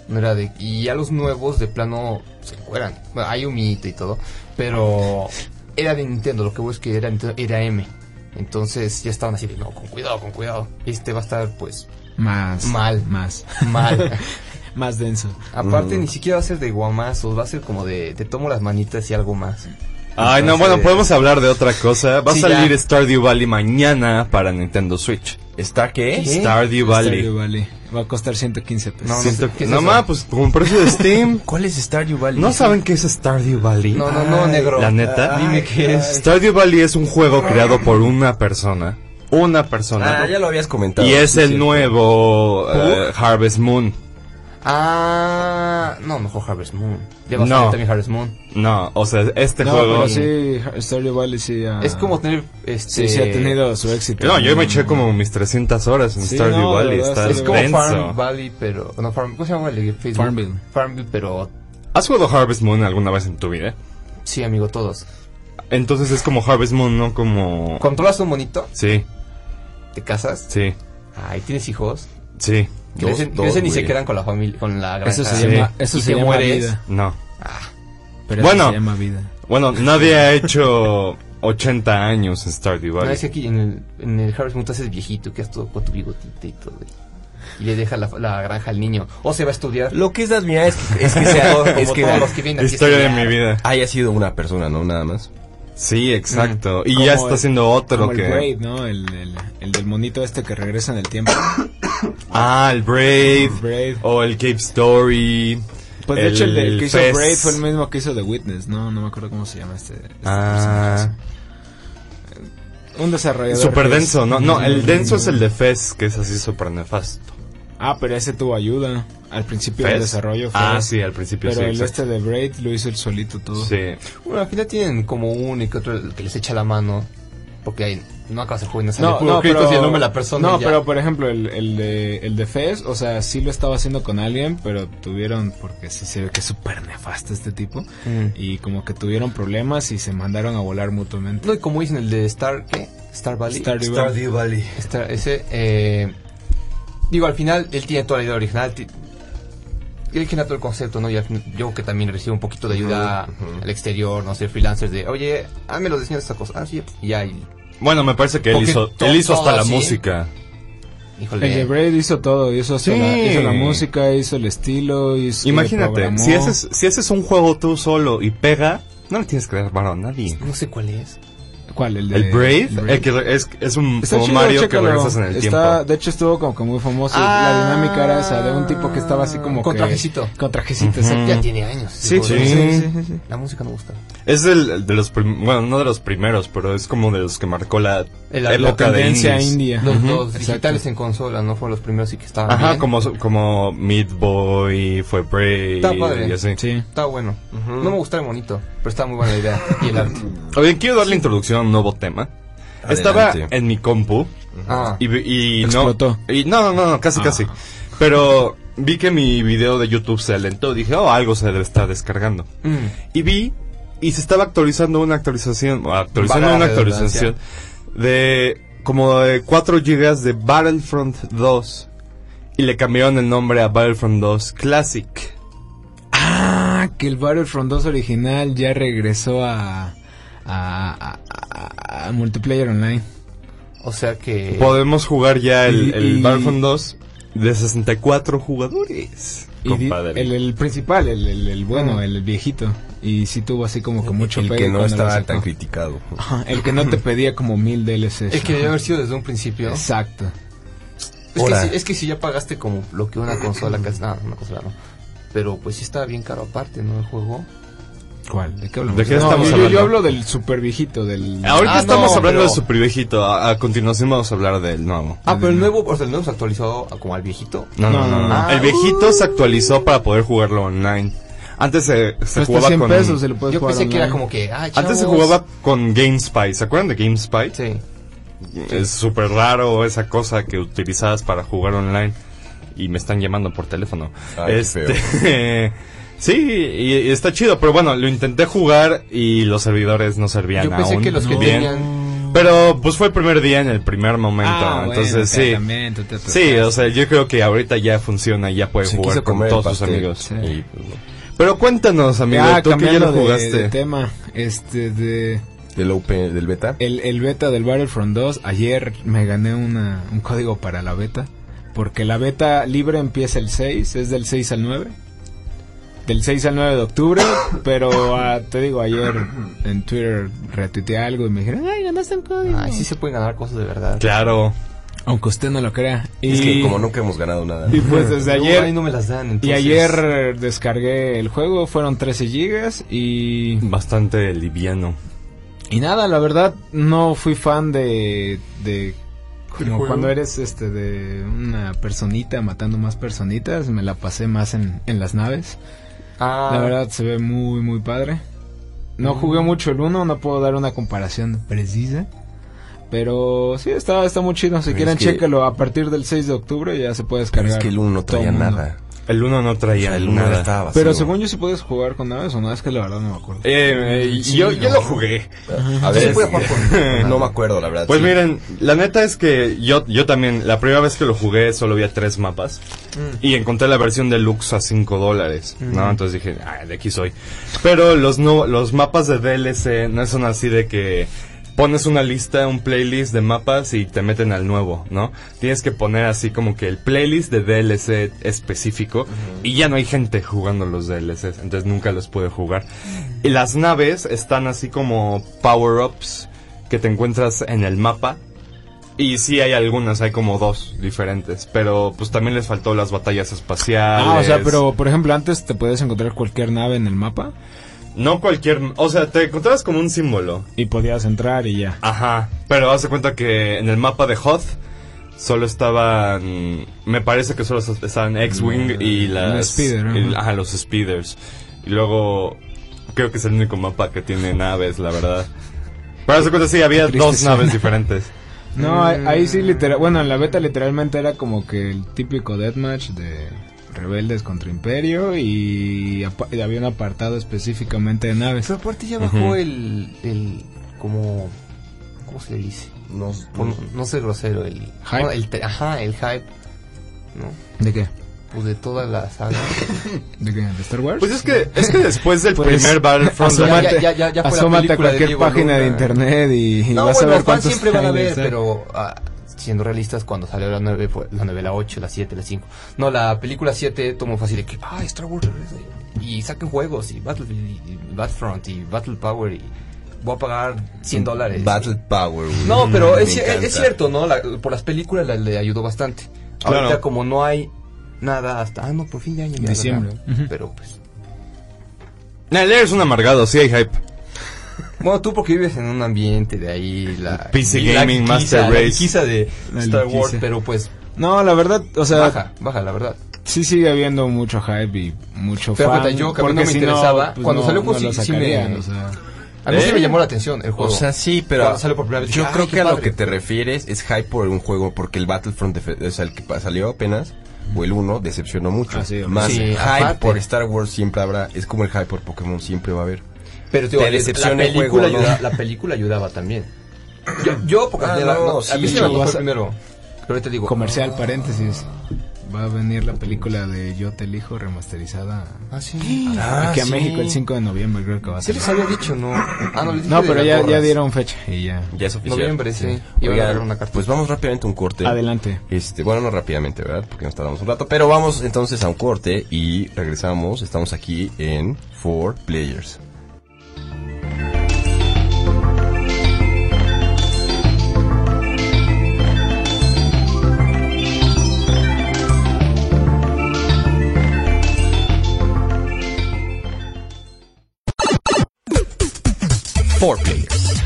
Speaker 4: No era de, y ya los nuevos de plano se encueran. Bueno, hay un mito y todo, pero era de Nintendo, lo que voy es que era, Nintendo- era M. Entonces ya estaban así de, no, con cuidado, con cuidado. Este va a estar pues
Speaker 8: Más.
Speaker 4: Mal.
Speaker 8: Más.
Speaker 4: mal.
Speaker 8: más denso.
Speaker 4: Aparte
Speaker 6: Mm.
Speaker 4: ni siquiera va a ser de guamazos, va a ser como de, te tomo las manitas y algo más.
Speaker 6: Ay, no,
Speaker 4: Entonces-
Speaker 6: bueno, podemos hablar de otra cosa. Va
Speaker 4: Sí,
Speaker 6: a salir
Speaker 4: ya.
Speaker 6: Stardew Valley mañana para Nintendo Switch.
Speaker 5: ¿Está qué?
Speaker 4: ¿Qué?
Speaker 6: Stardew
Speaker 8: Stardew
Speaker 6: Valley.
Speaker 8: Valley. Va a costar 115 pesos.
Speaker 4: No, no
Speaker 6: Siento
Speaker 4: sé,
Speaker 6: que-
Speaker 4: ¿qué es
Speaker 6: No,
Speaker 4: eso?
Speaker 6: ma, pues con precio de Steam.
Speaker 5: ¿Cuál es Stardew Valley?
Speaker 6: ¿No saben qué es Stardew Valley?
Speaker 4: No, no, no, negro.
Speaker 6: La neta.
Speaker 4: Ay, Dime qué es.
Speaker 6: Stardew Valley es un juego creado por una persona. Una persona.
Speaker 5: Ah, ya lo habías comentado.
Speaker 6: y es
Speaker 5: Sí,
Speaker 6: el
Speaker 5: sí.
Speaker 6: nuevo eh, Harvest Moon.
Speaker 4: Ah, no, mejor Harvest Moon. Ya va a
Speaker 6: No.
Speaker 4: salir también Harvest Moon.
Speaker 6: No, o sea, este
Speaker 8: No,
Speaker 6: juego.
Speaker 8: pero sí, Stardew Valley sí ah. ha...
Speaker 4: Es como tener este
Speaker 8: Sí, sí ha tenido su éxito.
Speaker 6: Eh, No, yo me eché como mis 300 horas en
Speaker 8: Sí,
Speaker 6: Stardew
Speaker 8: no, de
Speaker 6: Valley.
Speaker 8: verdad,
Speaker 6: Está
Speaker 8: sí.
Speaker 4: es como
Speaker 6: denso.
Speaker 4: Farm Valley, pero no Farm, ¿cómo se llama el de Facebook?
Speaker 8: Farmville.
Speaker 4: Farmville, pero
Speaker 6: ¿Has jugado Harvest Moon alguna vez en tu vida?
Speaker 4: sí, amigo, todos.
Speaker 6: Entonces es como Harvest Moon, no como.
Speaker 4: ¿Controlas un monito?
Speaker 6: Sí,
Speaker 4: ¿Te casas?
Speaker 6: sí,
Speaker 4: Ay, ¿tienes hijos?
Speaker 6: sí.
Speaker 5: Dos,
Speaker 4: Crecen,
Speaker 5: dos,
Speaker 4: crecen y
Speaker 5: güey.
Speaker 4: se quedan con la familia, con la granja.
Speaker 8: Eso se
Speaker 6: Sí.
Speaker 8: llama, eso
Speaker 4: Y
Speaker 8: se
Speaker 4: te
Speaker 8: llama
Speaker 4: mueres.
Speaker 8: vida.
Speaker 6: No.
Speaker 8: Pero
Speaker 6: Bueno.
Speaker 8: eso se llama vida.
Speaker 6: Bueno, nadie ha hecho 80 años en Stardew
Speaker 4: No,
Speaker 6: Valley.
Speaker 4: es que aquí en el, en el Harvest Moon te haces viejito, que todo con tu bigotita y todo. Y, y le deja la, la granja al niño. O se va a estudiar.
Speaker 5: Lo que es das mira, es que, es que sea-
Speaker 4: Como
Speaker 5: es que
Speaker 4: todos los que vienen aquí a
Speaker 6: Historia de mi
Speaker 4: estudiar.
Speaker 6: vida.
Speaker 5: haya sido una persona, ¿no? Nada más.
Speaker 6: Sí, exacto. Y
Speaker 8: Mm. Como
Speaker 6: ya está
Speaker 8: el-
Speaker 6: haciendo otro
Speaker 8: Como
Speaker 6: que.
Speaker 8: el Braid, ¿no? El, el, el del monito este que regresa en el tiempo.
Speaker 6: Ah, el Brave.
Speaker 8: Braid.
Speaker 6: O el Cape Story.
Speaker 8: Pues de hecho el, el que hizo
Speaker 6: Fez.
Speaker 8: Braid fue el mismo que hizo The Witness, ¿no? No me acuerdo cómo se llama este, este
Speaker 6: Ah,
Speaker 8: personaje. Un desarrollador.
Speaker 6: super
Speaker 8: que es- Mm.
Speaker 6: denso, ¿no? No, el denso es el de Fez, que es así súper nefasto.
Speaker 8: Ah, pero ese tuvo ayuda. Al principio del
Speaker 6: Fez.
Speaker 8: desarrollo fue.
Speaker 6: Ah, sí, al principio
Speaker 8: Pero
Speaker 6: sí.
Speaker 8: el
Speaker 6: exacto.
Speaker 8: este de Braid lo hizo el solito todo.
Speaker 6: Sí.
Speaker 4: Bueno, al final tienen como uno y que otro el que les echa la mano. Porque ahí no acabas el juego y no sale
Speaker 8: No,
Speaker 4: puro
Speaker 8: no,
Speaker 4: crédito
Speaker 8: pero,
Speaker 4: y el nombre de la persona.
Speaker 8: no
Speaker 4: y ya.
Speaker 8: pero por ejemplo, el, el de, el de Fez, o sea, sí lo estaba haciendo con alguien, pero tuvieron, porque sí se ve que es súper nefasto este tipo,
Speaker 4: Mm.
Speaker 8: y como que tuvieron problemas y se mandaron a volar mutuamente.
Speaker 4: No, y como dicen el de Star, ¿qué? Star Valley.
Speaker 8: Stardew Valley.
Speaker 5: Stardew Valley.
Speaker 4: Star- ese, eh, digo, al final él tiene toda la idea original. ti- Él genera todo el concepto, ¿no? Y al fin- yo que también recibo un poquito de ayuda al exterior, no sé, freelancers de, oye, hazme los diseños de esta cosa. Ah, sí, y ya, y-
Speaker 6: Bueno, me parece que él
Speaker 4: Porque
Speaker 6: hizo,
Speaker 4: to-
Speaker 6: él hizo hasta
Speaker 4: todo
Speaker 6: la
Speaker 4: así.
Speaker 6: música.
Speaker 4: híjole.
Speaker 8: El de Braid hizo todo, hizo, hasta
Speaker 6: Sí.
Speaker 8: la, hizo la música, hizo el estilo, hizo...
Speaker 6: Imagínate,
Speaker 8: programó.
Speaker 6: si haces, si haces un juego tú solo y pega, no le tienes que dar varón a nadie.
Speaker 4: No sé cuál es.
Speaker 8: ¿Cuál? El de...
Speaker 6: El Braid, el que re- es, es un
Speaker 8: Está
Speaker 6: como
Speaker 8: chido,
Speaker 6: Mario
Speaker 8: chécalo.
Speaker 6: que regresas en el
Speaker 8: Está-
Speaker 6: tiempo.
Speaker 8: De hecho, estuvo como que muy famoso.
Speaker 4: Ah.
Speaker 8: la dinámica era esa, de un tipo que estaba así como
Speaker 4: Con
Speaker 8: que-
Speaker 4: trajecito.
Speaker 8: Con trajecito, exacto.
Speaker 4: Ya tiene años.
Speaker 6: Mm. Sí,
Speaker 4: seguro.
Speaker 6: sí.
Speaker 4: La música no gusta.
Speaker 6: Es el, el de los prim- bueno, no de los primeros, pero es como de los que marcó la
Speaker 4: El- la
Speaker 6: época de
Speaker 8: tendencia
Speaker 6: indies.
Speaker 8: india.
Speaker 4: Los,
Speaker 8: Ujú,
Speaker 4: los
Speaker 8: exacto.
Speaker 4: digitales en consola, ¿no? Fueron los primeros y que estaban
Speaker 6: Ajá,
Speaker 4: bien.
Speaker 6: como, como Meat Boy, fue Braid
Speaker 4: Está padre.
Speaker 6: y así.
Speaker 8: Sí.
Speaker 4: Está bueno. No me gustaba el monito, pero estaba muy buena la idea. Y el arte.
Speaker 6: Oye, quiero darle introducción a un nuevo tema. Estaba
Speaker 5: Adelante.
Speaker 6: en mi compu
Speaker 4: Ah,
Speaker 6: y, vi- y
Speaker 8: Explotó. Ah.
Speaker 6: no. Y no, no, no, no, casi, casi. Pero vi que mi video de YouTube se alentó. Dije, oh, algo se debe estar descargando.
Speaker 4: Mm.
Speaker 6: Y vi, y se estaba actualizando una actualización, o actualizando
Speaker 4: Vaga
Speaker 6: una
Speaker 4: redundancia.
Speaker 6: actualización de como de 4 GB de Battlefront 2. Y le cambiaron el nombre a Battlefront 2 Classic.
Speaker 8: Ah, que el Battlefront 2 original ya regresó a. a, a- a- a multiplayer online.
Speaker 4: O sea que.
Speaker 6: Podemos jugar ya el,
Speaker 8: Y-
Speaker 6: el
Speaker 8: y-
Speaker 6: Battlefront 2 de 64 jugadores.
Speaker 8: Y di-
Speaker 6: compadre. Ah.
Speaker 8: el, el principal, el, el- el bueno, el viejito. Y sí tuvo así como que mucho
Speaker 5: el
Speaker 8: pegue
Speaker 5: que no
Speaker 8: cuando lo
Speaker 5: estaba
Speaker 8: sacó.
Speaker 5: tan criticado.
Speaker 8: Ajá, El que no te pedía como mil DLCs.
Speaker 4: Es que debió
Speaker 8: Ajá.
Speaker 4: haber sido desde un principio. Es
Speaker 8: Exacto.
Speaker 4: que,
Speaker 5: Ahora.
Speaker 4: si, es que si ya pagaste como lo que una consola casi nada, una consola no. Pero pues sí estaba bien caro aparte, ¿no? El juego.
Speaker 8: ¿Cuál? ¿De qué hablamos?
Speaker 6: ¿De qué
Speaker 8: No,
Speaker 6: estamos
Speaker 8: yo-
Speaker 6: hablando?
Speaker 8: Yo hablo del super viejito, del...
Speaker 6: Ahorita
Speaker 4: Ah,
Speaker 6: estamos
Speaker 4: no,
Speaker 6: hablando
Speaker 4: pero-
Speaker 6: de su privilegio. A, a continuación vamos a hablar del nuevo.
Speaker 4: Ah, pero el nuevo, o sea, el nuevo se actualizó a- como al viejito.
Speaker 6: No, no, no. no.
Speaker 4: Ah,
Speaker 6: el viejito se actualizó para poder jugarlo online. Antes se, se
Speaker 8: Cuesta
Speaker 6: jugaba
Speaker 8: 100
Speaker 6: con.
Speaker 8: pesos, se lo puedes
Speaker 4: Yo
Speaker 8: jugar
Speaker 4: pensé que era
Speaker 8: online.
Speaker 4: como que. ah,
Speaker 6: Antes se
Speaker 4: chavos.
Speaker 6: jugaba con GameSpy. ¿Se acuerdan de GameSpy?
Speaker 4: Sí.
Speaker 6: Es súper raro esa cosa que utilizabas para jugar online. Y me están llamando por teléfono. Este,
Speaker 5: Ay, qué
Speaker 6: sí, y, y está chido, pero bueno, lo intenté jugar y los servidores no servían
Speaker 4: Yo pensé
Speaker 6: aún
Speaker 4: que los que
Speaker 6: bien.
Speaker 4: tenían.
Speaker 6: Pero pues fue el primer día en el primer momento,
Speaker 8: Ah,
Speaker 4: Ah,
Speaker 6: entonces sí. Sí, o sea, yo creo que ahorita ya funciona, ya puedes
Speaker 5: Se
Speaker 6: jugar
Speaker 5: quiso
Speaker 6: con
Speaker 5: comer el
Speaker 6: todos tus
Speaker 5: pastel,
Speaker 6: amigos.
Speaker 8: sí.
Speaker 6: Y, pues, no. Pero cuéntanos, amigo,
Speaker 8: Ya,
Speaker 6: tú que ya lo
Speaker 8: Ah, cambiando de-
Speaker 6: jugaste.
Speaker 8: de tema, este, de...
Speaker 5: Del Open, del beta.
Speaker 8: El, el beta del Battlefront 2, ayer me gané una, un código para la beta. Porque la beta libre empieza el 6, es del 6 al 9. Del 6 al 9 de octubre, pero ah, te digo, ayer en Twitter retuiteé algo y me dijeron, ay, ganaste un código.
Speaker 4: Ay, sí se pueden ganar cosas de verdad.
Speaker 6: Claro.
Speaker 8: Aunque usted no lo crea. Y,
Speaker 5: Es que como nunca hemos ganado nada.
Speaker 8: y pues desde
Speaker 4: No,
Speaker 8: ayer...
Speaker 4: ahí no me las dan.
Speaker 8: y
Speaker 4: entonces-
Speaker 8: ayer descargué el juego, fueron 13 gigas y...
Speaker 6: Bastante liviano.
Speaker 8: Y nada, la verdad, no fui fan de. de como
Speaker 4: juego.
Speaker 8: cuando eres este de una personita matando más personitas, me la pasé más en, en las naves.
Speaker 4: Ah,
Speaker 8: La verdad se ve muy muy padre. No
Speaker 6: Mm.
Speaker 8: jugué mucho el 1, no puedo dar una comparación precisa. Pero sí, está, está muy chido. Si
Speaker 5: Pero
Speaker 8: quieren,
Speaker 5: es que-
Speaker 8: chéquelo. A partir del 6 de octubre ya se puede
Speaker 5: Pero
Speaker 8: descargar.
Speaker 5: es que el 1 no
Speaker 8: todo
Speaker 5: traía
Speaker 8: mundo.
Speaker 5: nada.
Speaker 6: El uno no
Speaker 5: O sea,
Speaker 6: traía
Speaker 5: el 1
Speaker 6: nada.
Speaker 5: estaba vacío.
Speaker 8: Pero según yo, si puedes jugar con naves o no, es que la verdad no me acuerdo.
Speaker 6: Eh, eh, yo, yo lo jugué.
Speaker 5: A ver,
Speaker 4: Sí, puede jugar con-
Speaker 5: no me acuerdo, la verdad.
Speaker 6: Pues
Speaker 5: sí.
Speaker 6: miren, la neta es que yo, yo también, la primera vez que lo jugué solo había tres mapas
Speaker 5: Mm.
Speaker 6: y encontré la versión deluxe a 5 dólares, ¿no? Entonces dije, ah, de aquí soy. Pero los, no, los mapas de DLC no son así de que pones una lista, un playlist de mapas y te meten al nuevo, ¿no? Tienes que poner así como que el playlist de DLC específico y ya no hay gente jugando los DLCs, entonces nunca los puede jugar. Y las naves están así como power-ups que te encuentras en el mapa. Y sí hay algunas, hay como dos diferentes, pero pues también les faltó las batallas espaciales.
Speaker 8: Ah, o sea, pero por ejemplo, antes te podías encontrar cualquier nave en el mapa.
Speaker 6: No cualquier... O sea, te encontrabas como un símbolo.
Speaker 8: Y podías entrar y ya.
Speaker 6: Ajá. Pero haz de cuenta que en el mapa de Hoth Solo estaban. Me parece que solo estaban X-Wing y las.
Speaker 8: Spider, Mm, ajá.
Speaker 6: y- ajá, los Speeders. Y luego. Creo que es el único mapa que tiene naves, la verdad. Para hacer cuenta, sí, había
Speaker 8: triste
Speaker 6: dos
Speaker 8: suena.
Speaker 6: naves diferentes.
Speaker 4: Mm.
Speaker 8: No, ahí, ahí sí literal, bueno, en la beta literalmente era como que el típico deathmatch de rebeldes contra imperio y, apa- y había un apartado específicamente de naves.
Speaker 4: Pero aparte ya bajó el, el. como. ¿Cómo se le dice?
Speaker 5: No,
Speaker 4: Por no- no ser grosero, el.
Speaker 8: Hype.
Speaker 4: no, el te- ajá, el hype. ¿No?
Speaker 8: ¿De qué?
Speaker 4: Pues de toda la saga.
Speaker 8: ¿De qué? ¿De Star Wars?
Speaker 6: Pues es que, es que después del
Speaker 8: Pues,
Speaker 6: primer Battlefront.
Speaker 8: asómate,
Speaker 4: Ya- ya- ya- ya fue la
Speaker 8: asómate
Speaker 4: película
Speaker 8: a
Speaker 4: de
Speaker 8: cualquier
Speaker 4: Diego
Speaker 8: página de
Speaker 4: Luna.
Speaker 8: internet y, y
Speaker 4: No,
Speaker 8: vas
Speaker 4: bueno,
Speaker 8: a ver
Speaker 4: los fans
Speaker 8: cuántos
Speaker 4: siempre van a ver,
Speaker 8: trailers hay.
Speaker 4: pero ah, siendo realistas, cuando salió la 9, fue la 9, la 8, la 7, la 5. No, la película 7 tomó fácil de que, ah, Star Wars regresa", Y saquen juegos, y Battlefield, y Battlefront, y Battle Power, y voy a pagar 100 dólares.
Speaker 5: Battle Power, güey.
Speaker 4: No, pero
Speaker 5: Me
Speaker 4: es, es-
Speaker 5: encanta.
Speaker 4: es cierto, ¿no? La- por las películas la- le ayudó bastante.
Speaker 6: Claro.
Speaker 4: Ahorita como no hay nada hasta... Ah, no, por fin ya año. ya,
Speaker 8: Diciembre.
Speaker 4: ¿verdad? Pero pues...
Speaker 6: El es un amargado, sí hay hype.
Speaker 4: Bueno, tú porque vives en un ambiente de ahí... La,
Speaker 6: PC
Speaker 4: la
Speaker 6: Gaming
Speaker 4: guiza,
Speaker 6: Master
Speaker 4: la
Speaker 6: Race.
Speaker 4: guiza de
Speaker 8: La
Speaker 4: Star Wars,
Speaker 8: guiza.
Speaker 4: pero pues...
Speaker 8: No, la verdad, o sea,
Speaker 4: Baja, baja, la verdad.
Speaker 8: sí sigue habiendo mucho hype y mucho
Speaker 4: Pero
Speaker 8: fan.
Speaker 4: cuenta, yo que a mí no
Speaker 8: porque
Speaker 4: me
Speaker 8: si
Speaker 4: interesaba,
Speaker 8: pues,
Speaker 4: cuando
Speaker 8: no-
Speaker 4: salió, pues,
Speaker 8: no lo
Speaker 4: sí- sí me-
Speaker 8: sacarían, o sea.
Speaker 4: A mí sí
Speaker 5: ¿Eh?
Speaker 4: me llamó la atención el
Speaker 5: O
Speaker 4: juego.
Speaker 5: sea, sí, pero
Speaker 4: Cuando salió por primera vez,
Speaker 5: yo
Speaker 4: dije,
Speaker 5: creo
Speaker 4: "Ay,
Speaker 5: que
Speaker 4: qué
Speaker 5: a lo
Speaker 4: padre".
Speaker 5: que te refieres es hype por un juego porque el Battlefront, defe- o sea, el que pa- salió apenas o el 1 decepcionó mucho.
Speaker 8: Ah, sí, hombre.
Speaker 5: Más
Speaker 4: Sí,
Speaker 5: hype
Speaker 4: aparte.
Speaker 5: por Star Wars siempre habrá, es como el hype por Pokémon siempre va a haber.
Speaker 4: Pero
Speaker 5: Te
Speaker 4: la-
Speaker 5: decepciona
Speaker 4: la
Speaker 5: el
Speaker 4: película,
Speaker 5: juego, ¿no?
Speaker 4: ayuda- la película ayudaba también. Yo, yo porque
Speaker 5: Ah,
Speaker 4: de la-
Speaker 5: no,
Speaker 4: no, a
Speaker 5: sí,
Speaker 4: mí se
Speaker 8: yo
Speaker 4: me pasó
Speaker 8: vas a-
Speaker 4: primero. Pero ahorita digo,
Speaker 8: Comercial, paréntesis. Va a venir la película de Yo te elijo remasterizada.
Speaker 4: Ah, sí.
Speaker 8: Aquí a
Speaker 5: sí.
Speaker 8: México el 5 de noviembre creo que va a
Speaker 4: Sí
Speaker 8: ser.
Speaker 4: les había dicho, ¿no? Ah, no, les dije
Speaker 8: No,
Speaker 4: de
Speaker 8: pero
Speaker 4: las
Speaker 8: ya,
Speaker 4: gorras.
Speaker 8: ya dieron fecha y ya.
Speaker 5: Ya es oficial.
Speaker 4: Noviembre, sí. Iban a
Speaker 5: Oigan,
Speaker 4: regalar una carta.
Speaker 5: pues vamos rápidamente a un corte.
Speaker 8: Adelante.
Speaker 5: Este, bueno, no rápidamente, ¿verdad? Porque nos tardamos un rato. Pero vamos entonces a un corte y regresamos. Estamos aquí en Four Players.
Speaker 3: Four players.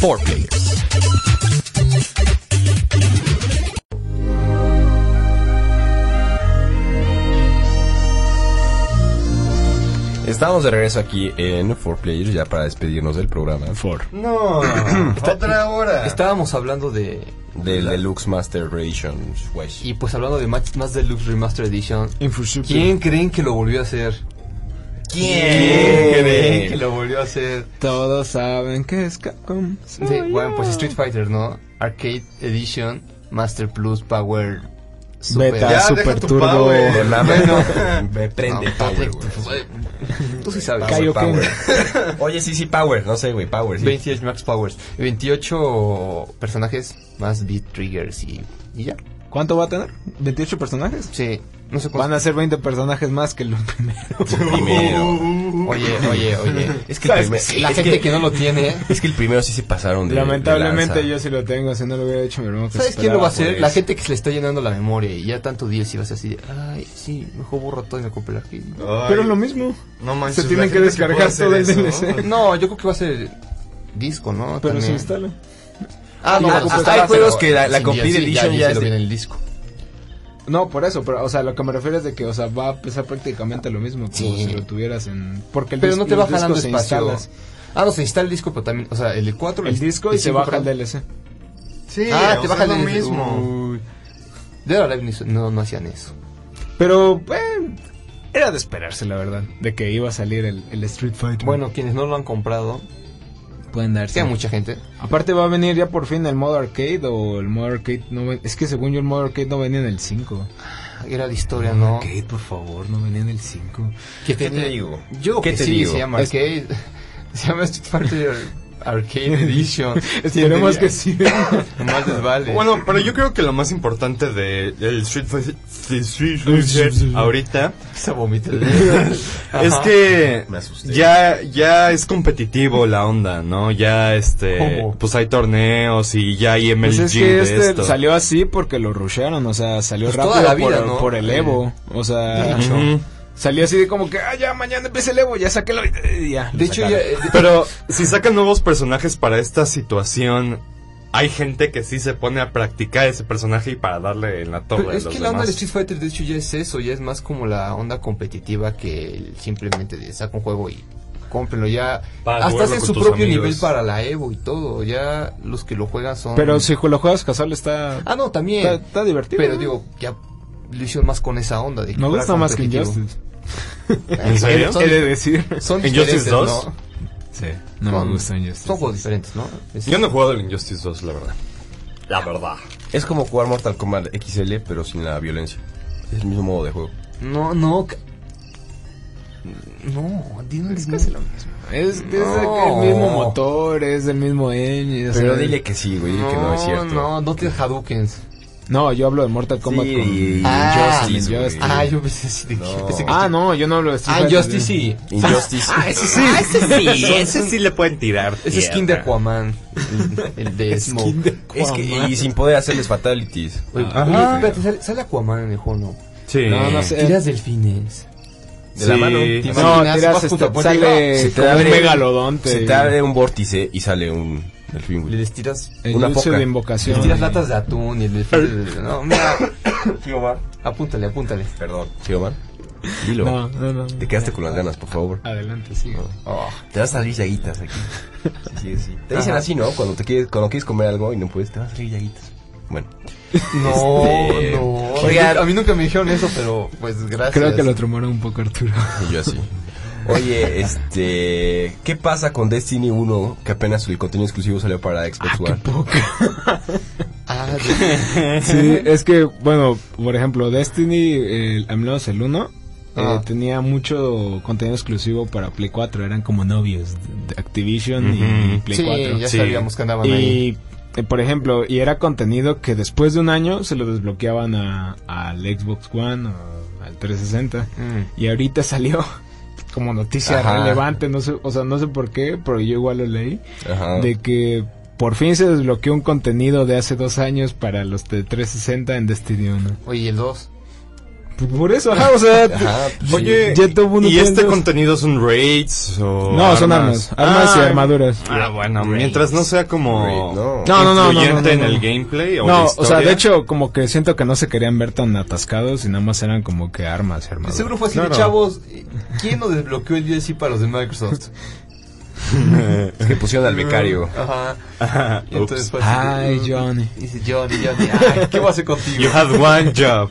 Speaker 3: Four players.
Speaker 5: Estamos de regreso aquí en Four Players ya para despedirnos del programa.
Speaker 8: For.
Speaker 6: No, otra hora.
Speaker 4: Estábamos hablando de.
Speaker 5: Del Deluxe Master Ration.
Speaker 4: Y pues hablando de más, más Deluxe Remastered Edition.
Speaker 8: Infrastructure.
Speaker 4: ¿Quién creen que lo volvió a hacer?
Speaker 5: ¿Quién
Speaker 4: creen que lo volvió a hacer?
Speaker 8: Todos saben que es Capcom.
Speaker 4: Sí, bueno, pues Street Fighter, ¿no? Arcade Edition, Master Plus, Power. Super.
Speaker 8: Beta,
Speaker 4: Ya,
Speaker 8: Super
Speaker 6: deja tu
Speaker 8: Turbo.
Speaker 6: power.
Speaker 5: De la
Speaker 4: Bueno.
Speaker 5: Me prende
Speaker 4: no,
Speaker 5: Power,
Speaker 4: perfecto,
Speaker 5: güey.
Speaker 4: güey. Tú sí sabes.
Speaker 8: Cayo-
Speaker 5: Power. Oye, sí, sí, Power. No sé, güey, Power. Sí.
Speaker 4: 28 Max Powers. 28 personajes más beat triggers y, y ya.
Speaker 8: ¿Cuánto va a tener? ¿28 personajes?
Speaker 4: Sí, no sé cuántos.
Speaker 8: Van a ser 20 personajes más que los primeros.
Speaker 5: Primero.
Speaker 4: Oye, oye, oye. Es que el
Speaker 5: ¿Sabes
Speaker 4: primer-
Speaker 5: que sí?
Speaker 4: la
Speaker 5: Es
Speaker 4: gente
Speaker 5: que-
Speaker 4: que... no lo tiene.
Speaker 5: Es que el primero sí se pasaron de
Speaker 8: Este, Lamentablemente
Speaker 5: de
Speaker 8: yo sí lo tengo, si no lo hubiera hecho mi hermano. que se
Speaker 4: ¿Sabes quién lo va a
Speaker 8: esperaba
Speaker 4: hacer?
Speaker 8: por
Speaker 4: La
Speaker 8: eso.
Speaker 4: gente que se le está llenando la memoria y ya tanto día si vas así de, ay, sí, mejor borro todo y me compro el arcade.
Speaker 8: Pero lo mismo.
Speaker 6: No manches,
Speaker 8: Se tienen
Speaker 6: la
Speaker 8: que
Speaker 6: gente puede
Speaker 8: descargar
Speaker 6: hacer
Speaker 8: todo el
Speaker 6: eso,
Speaker 8: DLC.
Speaker 4: No, yo creo que va a ser disco, ¿no?
Speaker 8: Pero se
Speaker 4: También.
Speaker 8: instala.
Speaker 4: Ah,
Speaker 5: no,
Speaker 4: bueno,
Speaker 5: hasta
Speaker 4: pues
Speaker 5: hay
Speaker 4: va a ser
Speaker 5: juegos que la- la
Speaker 4: sin
Speaker 5: Complete
Speaker 4: DLC,
Speaker 5: Edition ya
Speaker 4: ya,
Speaker 5: es
Speaker 4: lo
Speaker 5: de-
Speaker 4: viene en el disco.
Speaker 8: No, por eso, pero, o sea, lo que me refiero es de que, o sea, va a pesar prácticamente lo mismo como
Speaker 4: Sí.
Speaker 8: si lo tuvieras en... Porque el
Speaker 4: Pero
Speaker 8: dis-
Speaker 4: no te
Speaker 8: los
Speaker 4: va jalando
Speaker 8: discos se
Speaker 4: espacio.
Speaker 8: instalan.
Speaker 4: Ah, no, se instala el disco, pero también, o sea, el 4,
Speaker 8: El disco y se
Speaker 4: cinco,
Speaker 8: baja el
Speaker 4: perdón.
Speaker 8: DLC.
Speaker 6: Sí,
Speaker 4: Ah,
Speaker 6: o
Speaker 4: te
Speaker 6: sea,
Speaker 4: baja
Speaker 6: lo
Speaker 4: el
Speaker 6: mismo.
Speaker 4: De ahora Live no, no hacían eso.
Speaker 8: Pero, eh, era de esperarse, la verdad, de que iba a salir el, el Street Fighter.
Speaker 4: Bueno, quienes no lo han comprado,
Speaker 8: pueden
Speaker 4: sí
Speaker 8: darse.
Speaker 4: hay mucha gente.
Speaker 8: Aparte va a venir ya por fin el modo arcade o el modo arcade no ven- es que según yo el modo arcade no venía en el 5.
Speaker 4: Era de historia, ¿no?
Speaker 8: Arcade, por favor, no venía en el 5.
Speaker 4: ¿Qué
Speaker 5: te digo?
Speaker 4: Yo
Speaker 5: ¿Qué
Speaker 4: que
Speaker 5: te
Speaker 4: sí,
Speaker 5: digo?
Speaker 4: se llama
Speaker 8: Es-
Speaker 4: Arcade. Se llama Street Fighter Arcade Edition.
Speaker 8: Esperemos que sí.
Speaker 4: Más les vale.
Speaker 6: Bueno, pero yo creo que lo más importante de el Street Fighter de Street Fighter ahorita
Speaker 4: se vomita.
Speaker 6: es que
Speaker 5: Me asusté.
Speaker 6: ya ya es competitivo la onda, ¿no? Ya este
Speaker 4: ¿Cómo?
Speaker 6: pues hay torneos y ya hay MLG
Speaker 8: Pues es que
Speaker 6: de
Speaker 8: este
Speaker 6: esto.
Speaker 8: salió así porque lo rushearon, o sea, salió
Speaker 4: Pues
Speaker 8: rápido
Speaker 4: toda la vida,
Speaker 8: por,
Speaker 4: ¿no?
Speaker 8: por el Evo. O sea,
Speaker 6: Ujú.
Speaker 8: salió así de como que, ah, ya mañana empieza el Evo, ya saquélo. y ya, lo
Speaker 4: De hecho, ya,
Speaker 8: sacaron.
Speaker 4: eh,
Speaker 6: Pero si sacan nuevos personajes para esta situación, hay gente que sí se pone a practicar ese personaje y para darle en la torre.
Speaker 4: pero
Speaker 6: a
Speaker 4: es
Speaker 6: los
Speaker 4: que la onda
Speaker 6: demás.
Speaker 4: de Street Fighter, de hecho, ya es eso. Ya es más como la onda competitiva que el simplemente de saca un juego y cómprenlo. Ya
Speaker 6: Para
Speaker 4: hasta
Speaker 6: jugarlo
Speaker 4: hacen
Speaker 6: con
Speaker 4: su
Speaker 6: tus
Speaker 4: propio
Speaker 6: amigos.
Speaker 4: nivel para la Evo y todo. Ya los que lo juegan son.
Speaker 8: Pero si lo juegas casual está,
Speaker 4: Ah, no, también.
Speaker 8: está, está divertido.
Speaker 4: pero
Speaker 8: ¿no?
Speaker 4: digo, ya lo hicieron más con esa onda. De que
Speaker 8: me
Speaker 4: fuera
Speaker 8: gusta más que
Speaker 4: competitivo.
Speaker 8: Injustice.
Speaker 6: ¿En serio?
Speaker 4: Son-
Speaker 8: He de decir.
Speaker 4: Son
Speaker 6: ¿Injustice
Speaker 4: diferentes,
Speaker 6: 2?
Speaker 4: ¿no?
Speaker 8: Sí, no
Speaker 4: Son-
Speaker 8: me gusta Injustice.
Speaker 4: Son juegos diferentes, ¿no? Es-
Speaker 6: Yo no he jugado el Injustice 2, la verdad. La verdad.
Speaker 5: Es como jugar Mortal Kombat XL, pero sin la violencia. Es el mismo modo de juego.
Speaker 4: No, no. ca- No, dime es casi lo mismo.
Speaker 8: Es, es
Speaker 4: No.
Speaker 8: el mismo motor, es del mismo engine. o sea,
Speaker 5: Pero dile que sí, güey, dile que no es cierto.
Speaker 4: No, no te Hadoukens.
Speaker 8: No, yo hablo de Mortal Kombat
Speaker 5: Sí,
Speaker 8: con
Speaker 5: y-
Speaker 4: Ah,
Speaker 5: Injustice, güey.
Speaker 8: Injustice.
Speaker 4: Ah, yo pensé, así de-
Speaker 5: No.
Speaker 4: pensé que.
Speaker 8: Ah, no, yo no hablo de Street
Speaker 4: Ah,
Speaker 8: Fighter.
Speaker 4: Injustice sí.
Speaker 5: Injustice.
Speaker 6: sí. ese sí, ese sí le pueden tirar.
Speaker 4: Ese es Kinder Aquaman. El, el de Smoke.
Speaker 5: Es que, y sin poder hacerles fatalities.
Speaker 4: Oye, oye, espérate, sale, sale Aquaman en el juego, ¿no?
Speaker 6: Sí.
Speaker 8: Ah, No, eh, no sé.
Speaker 4: Tiras delfines.
Speaker 5: De la
Speaker 6: Sí.
Speaker 5: mano.
Speaker 6: No,
Speaker 5: Así.
Speaker 8: No,
Speaker 4: imaginas,
Speaker 8: tiras,
Speaker 4: vas junto
Speaker 8: este,
Speaker 4: a Puente y
Speaker 8: sale
Speaker 5: Se te
Speaker 8: como un
Speaker 5: abre-
Speaker 8: megalodonte.
Speaker 5: Se te abre un vórtice y sale un delfín, güey.
Speaker 4: Les tiras.
Speaker 8: El
Speaker 5: una
Speaker 8: dulce
Speaker 5: poca.
Speaker 8: de
Speaker 4: Les
Speaker 8: invocación.
Speaker 4: tiras latas de atún y el delfín. No, mira. Apúntale, apúntale.
Speaker 5: Perdón. ¿Sí, Omar? Dilo.
Speaker 8: No, no, no. no.
Speaker 5: Te quedaste con las ganas, por favor.
Speaker 8: Adelante, sí.
Speaker 5: Te vas a salir llaguitas aquí. Sí, sí, sí. Te dicen
Speaker 4: Ajá.
Speaker 5: así, ¿no? Cuando, te quieres, cuando quieres comer algo y no puedes, te vas a salir llaguitas. Bueno.
Speaker 4: No,
Speaker 5: Este,
Speaker 4: no.
Speaker 5: oigan.
Speaker 4: a mí nunca me dijeron eso, pero pues gracias.
Speaker 8: Creo que lo tremora un poco Arturo.
Speaker 5: Y yo así. Oye, este. ¿Qué pasa con Destiny 1? Que apenas el contenido exclusivo salió para Xbox One.
Speaker 4: Ah, de-
Speaker 8: Sí, es que, bueno, por ejemplo, Destiny, el, al menos el 1,
Speaker 4: Ah.
Speaker 8: eh, tenía mucho contenido exclusivo para Play 4. Eran como novios de de Activision y
Speaker 6: Ujú.
Speaker 8: Play
Speaker 4: sí,
Speaker 8: 4.
Speaker 4: ya
Speaker 6: sí.
Speaker 4: sabíamos que andaban ahí.
Speaker 8: Y, eh, por ejemplo, y era contenido que después de un año se lo desbloqueaban a- al Xbox One o al 360.
Speaker 4: Mm.
Speaker 8: Y ahorita salió como noticia
Speaker 5: Ajá.
Speaker 8: relevante, no sé, o sea, no sé por qué, pero yo igual lo leí,
Speaker 6: Ah.
Speaker 5: Ajá.
Speaker 8: de que por fin se desbloqueó un contenido de hace dos años para los de 360 en Destiny 1.
Speaker 4: Oye, ¿y el 2.
Speaker 8: Por eso, ajá, o sea.
Speaker 5: Ajá,
Speaker 6: Oye,
Speaker 8: Ya todo el mundo
Speaker 6: pues ¿y
Speaker 8: tiene
Speaker 6: este
Speaker 8: dos.
Speaker 6: contenido son raids o
Speaker 8: No, son armas. Armas y
Speaker 6: Ah,
Speaker 8: armaduras.
Speaker 6: Ah, bueno, mientras no sea como
Speaker 5: Raid,
Speaker 8: no. No, no, no, no, no,
Speaker 6: influyente
Speaker 8: no, no.
Speaker 6: en el gameplay o
Speaker 8: No,
Speaker 6: la
Speaker 8: o sea,
Speaker 6: historia.
Speaker 8: de hecho, como que siento que no se querían ver tan atascados y nada más eran como que armas y armaduras.
Speaker 4: Seguro fue así de
Speaker 6: Claro.
Speaker 4: chavos. ¿Quién nos desbloqueó el DLC para los de Microsoft?
Speaker 5: Es que pusieron al becario.
Speaker 4: Ajá.
Speaker 6: Ah,
Speaker 4: Y entonces fue así.
Speaker 8: Ay,
Speaker 4: de, "Mm".
Speaker 8: Johnny.
Speaker 4: Y dice Johnny, Johnny, ay, ¿qué va a hacer
Speaker 6: You
Speaker 4: contigo?
Speaker 6: had one job.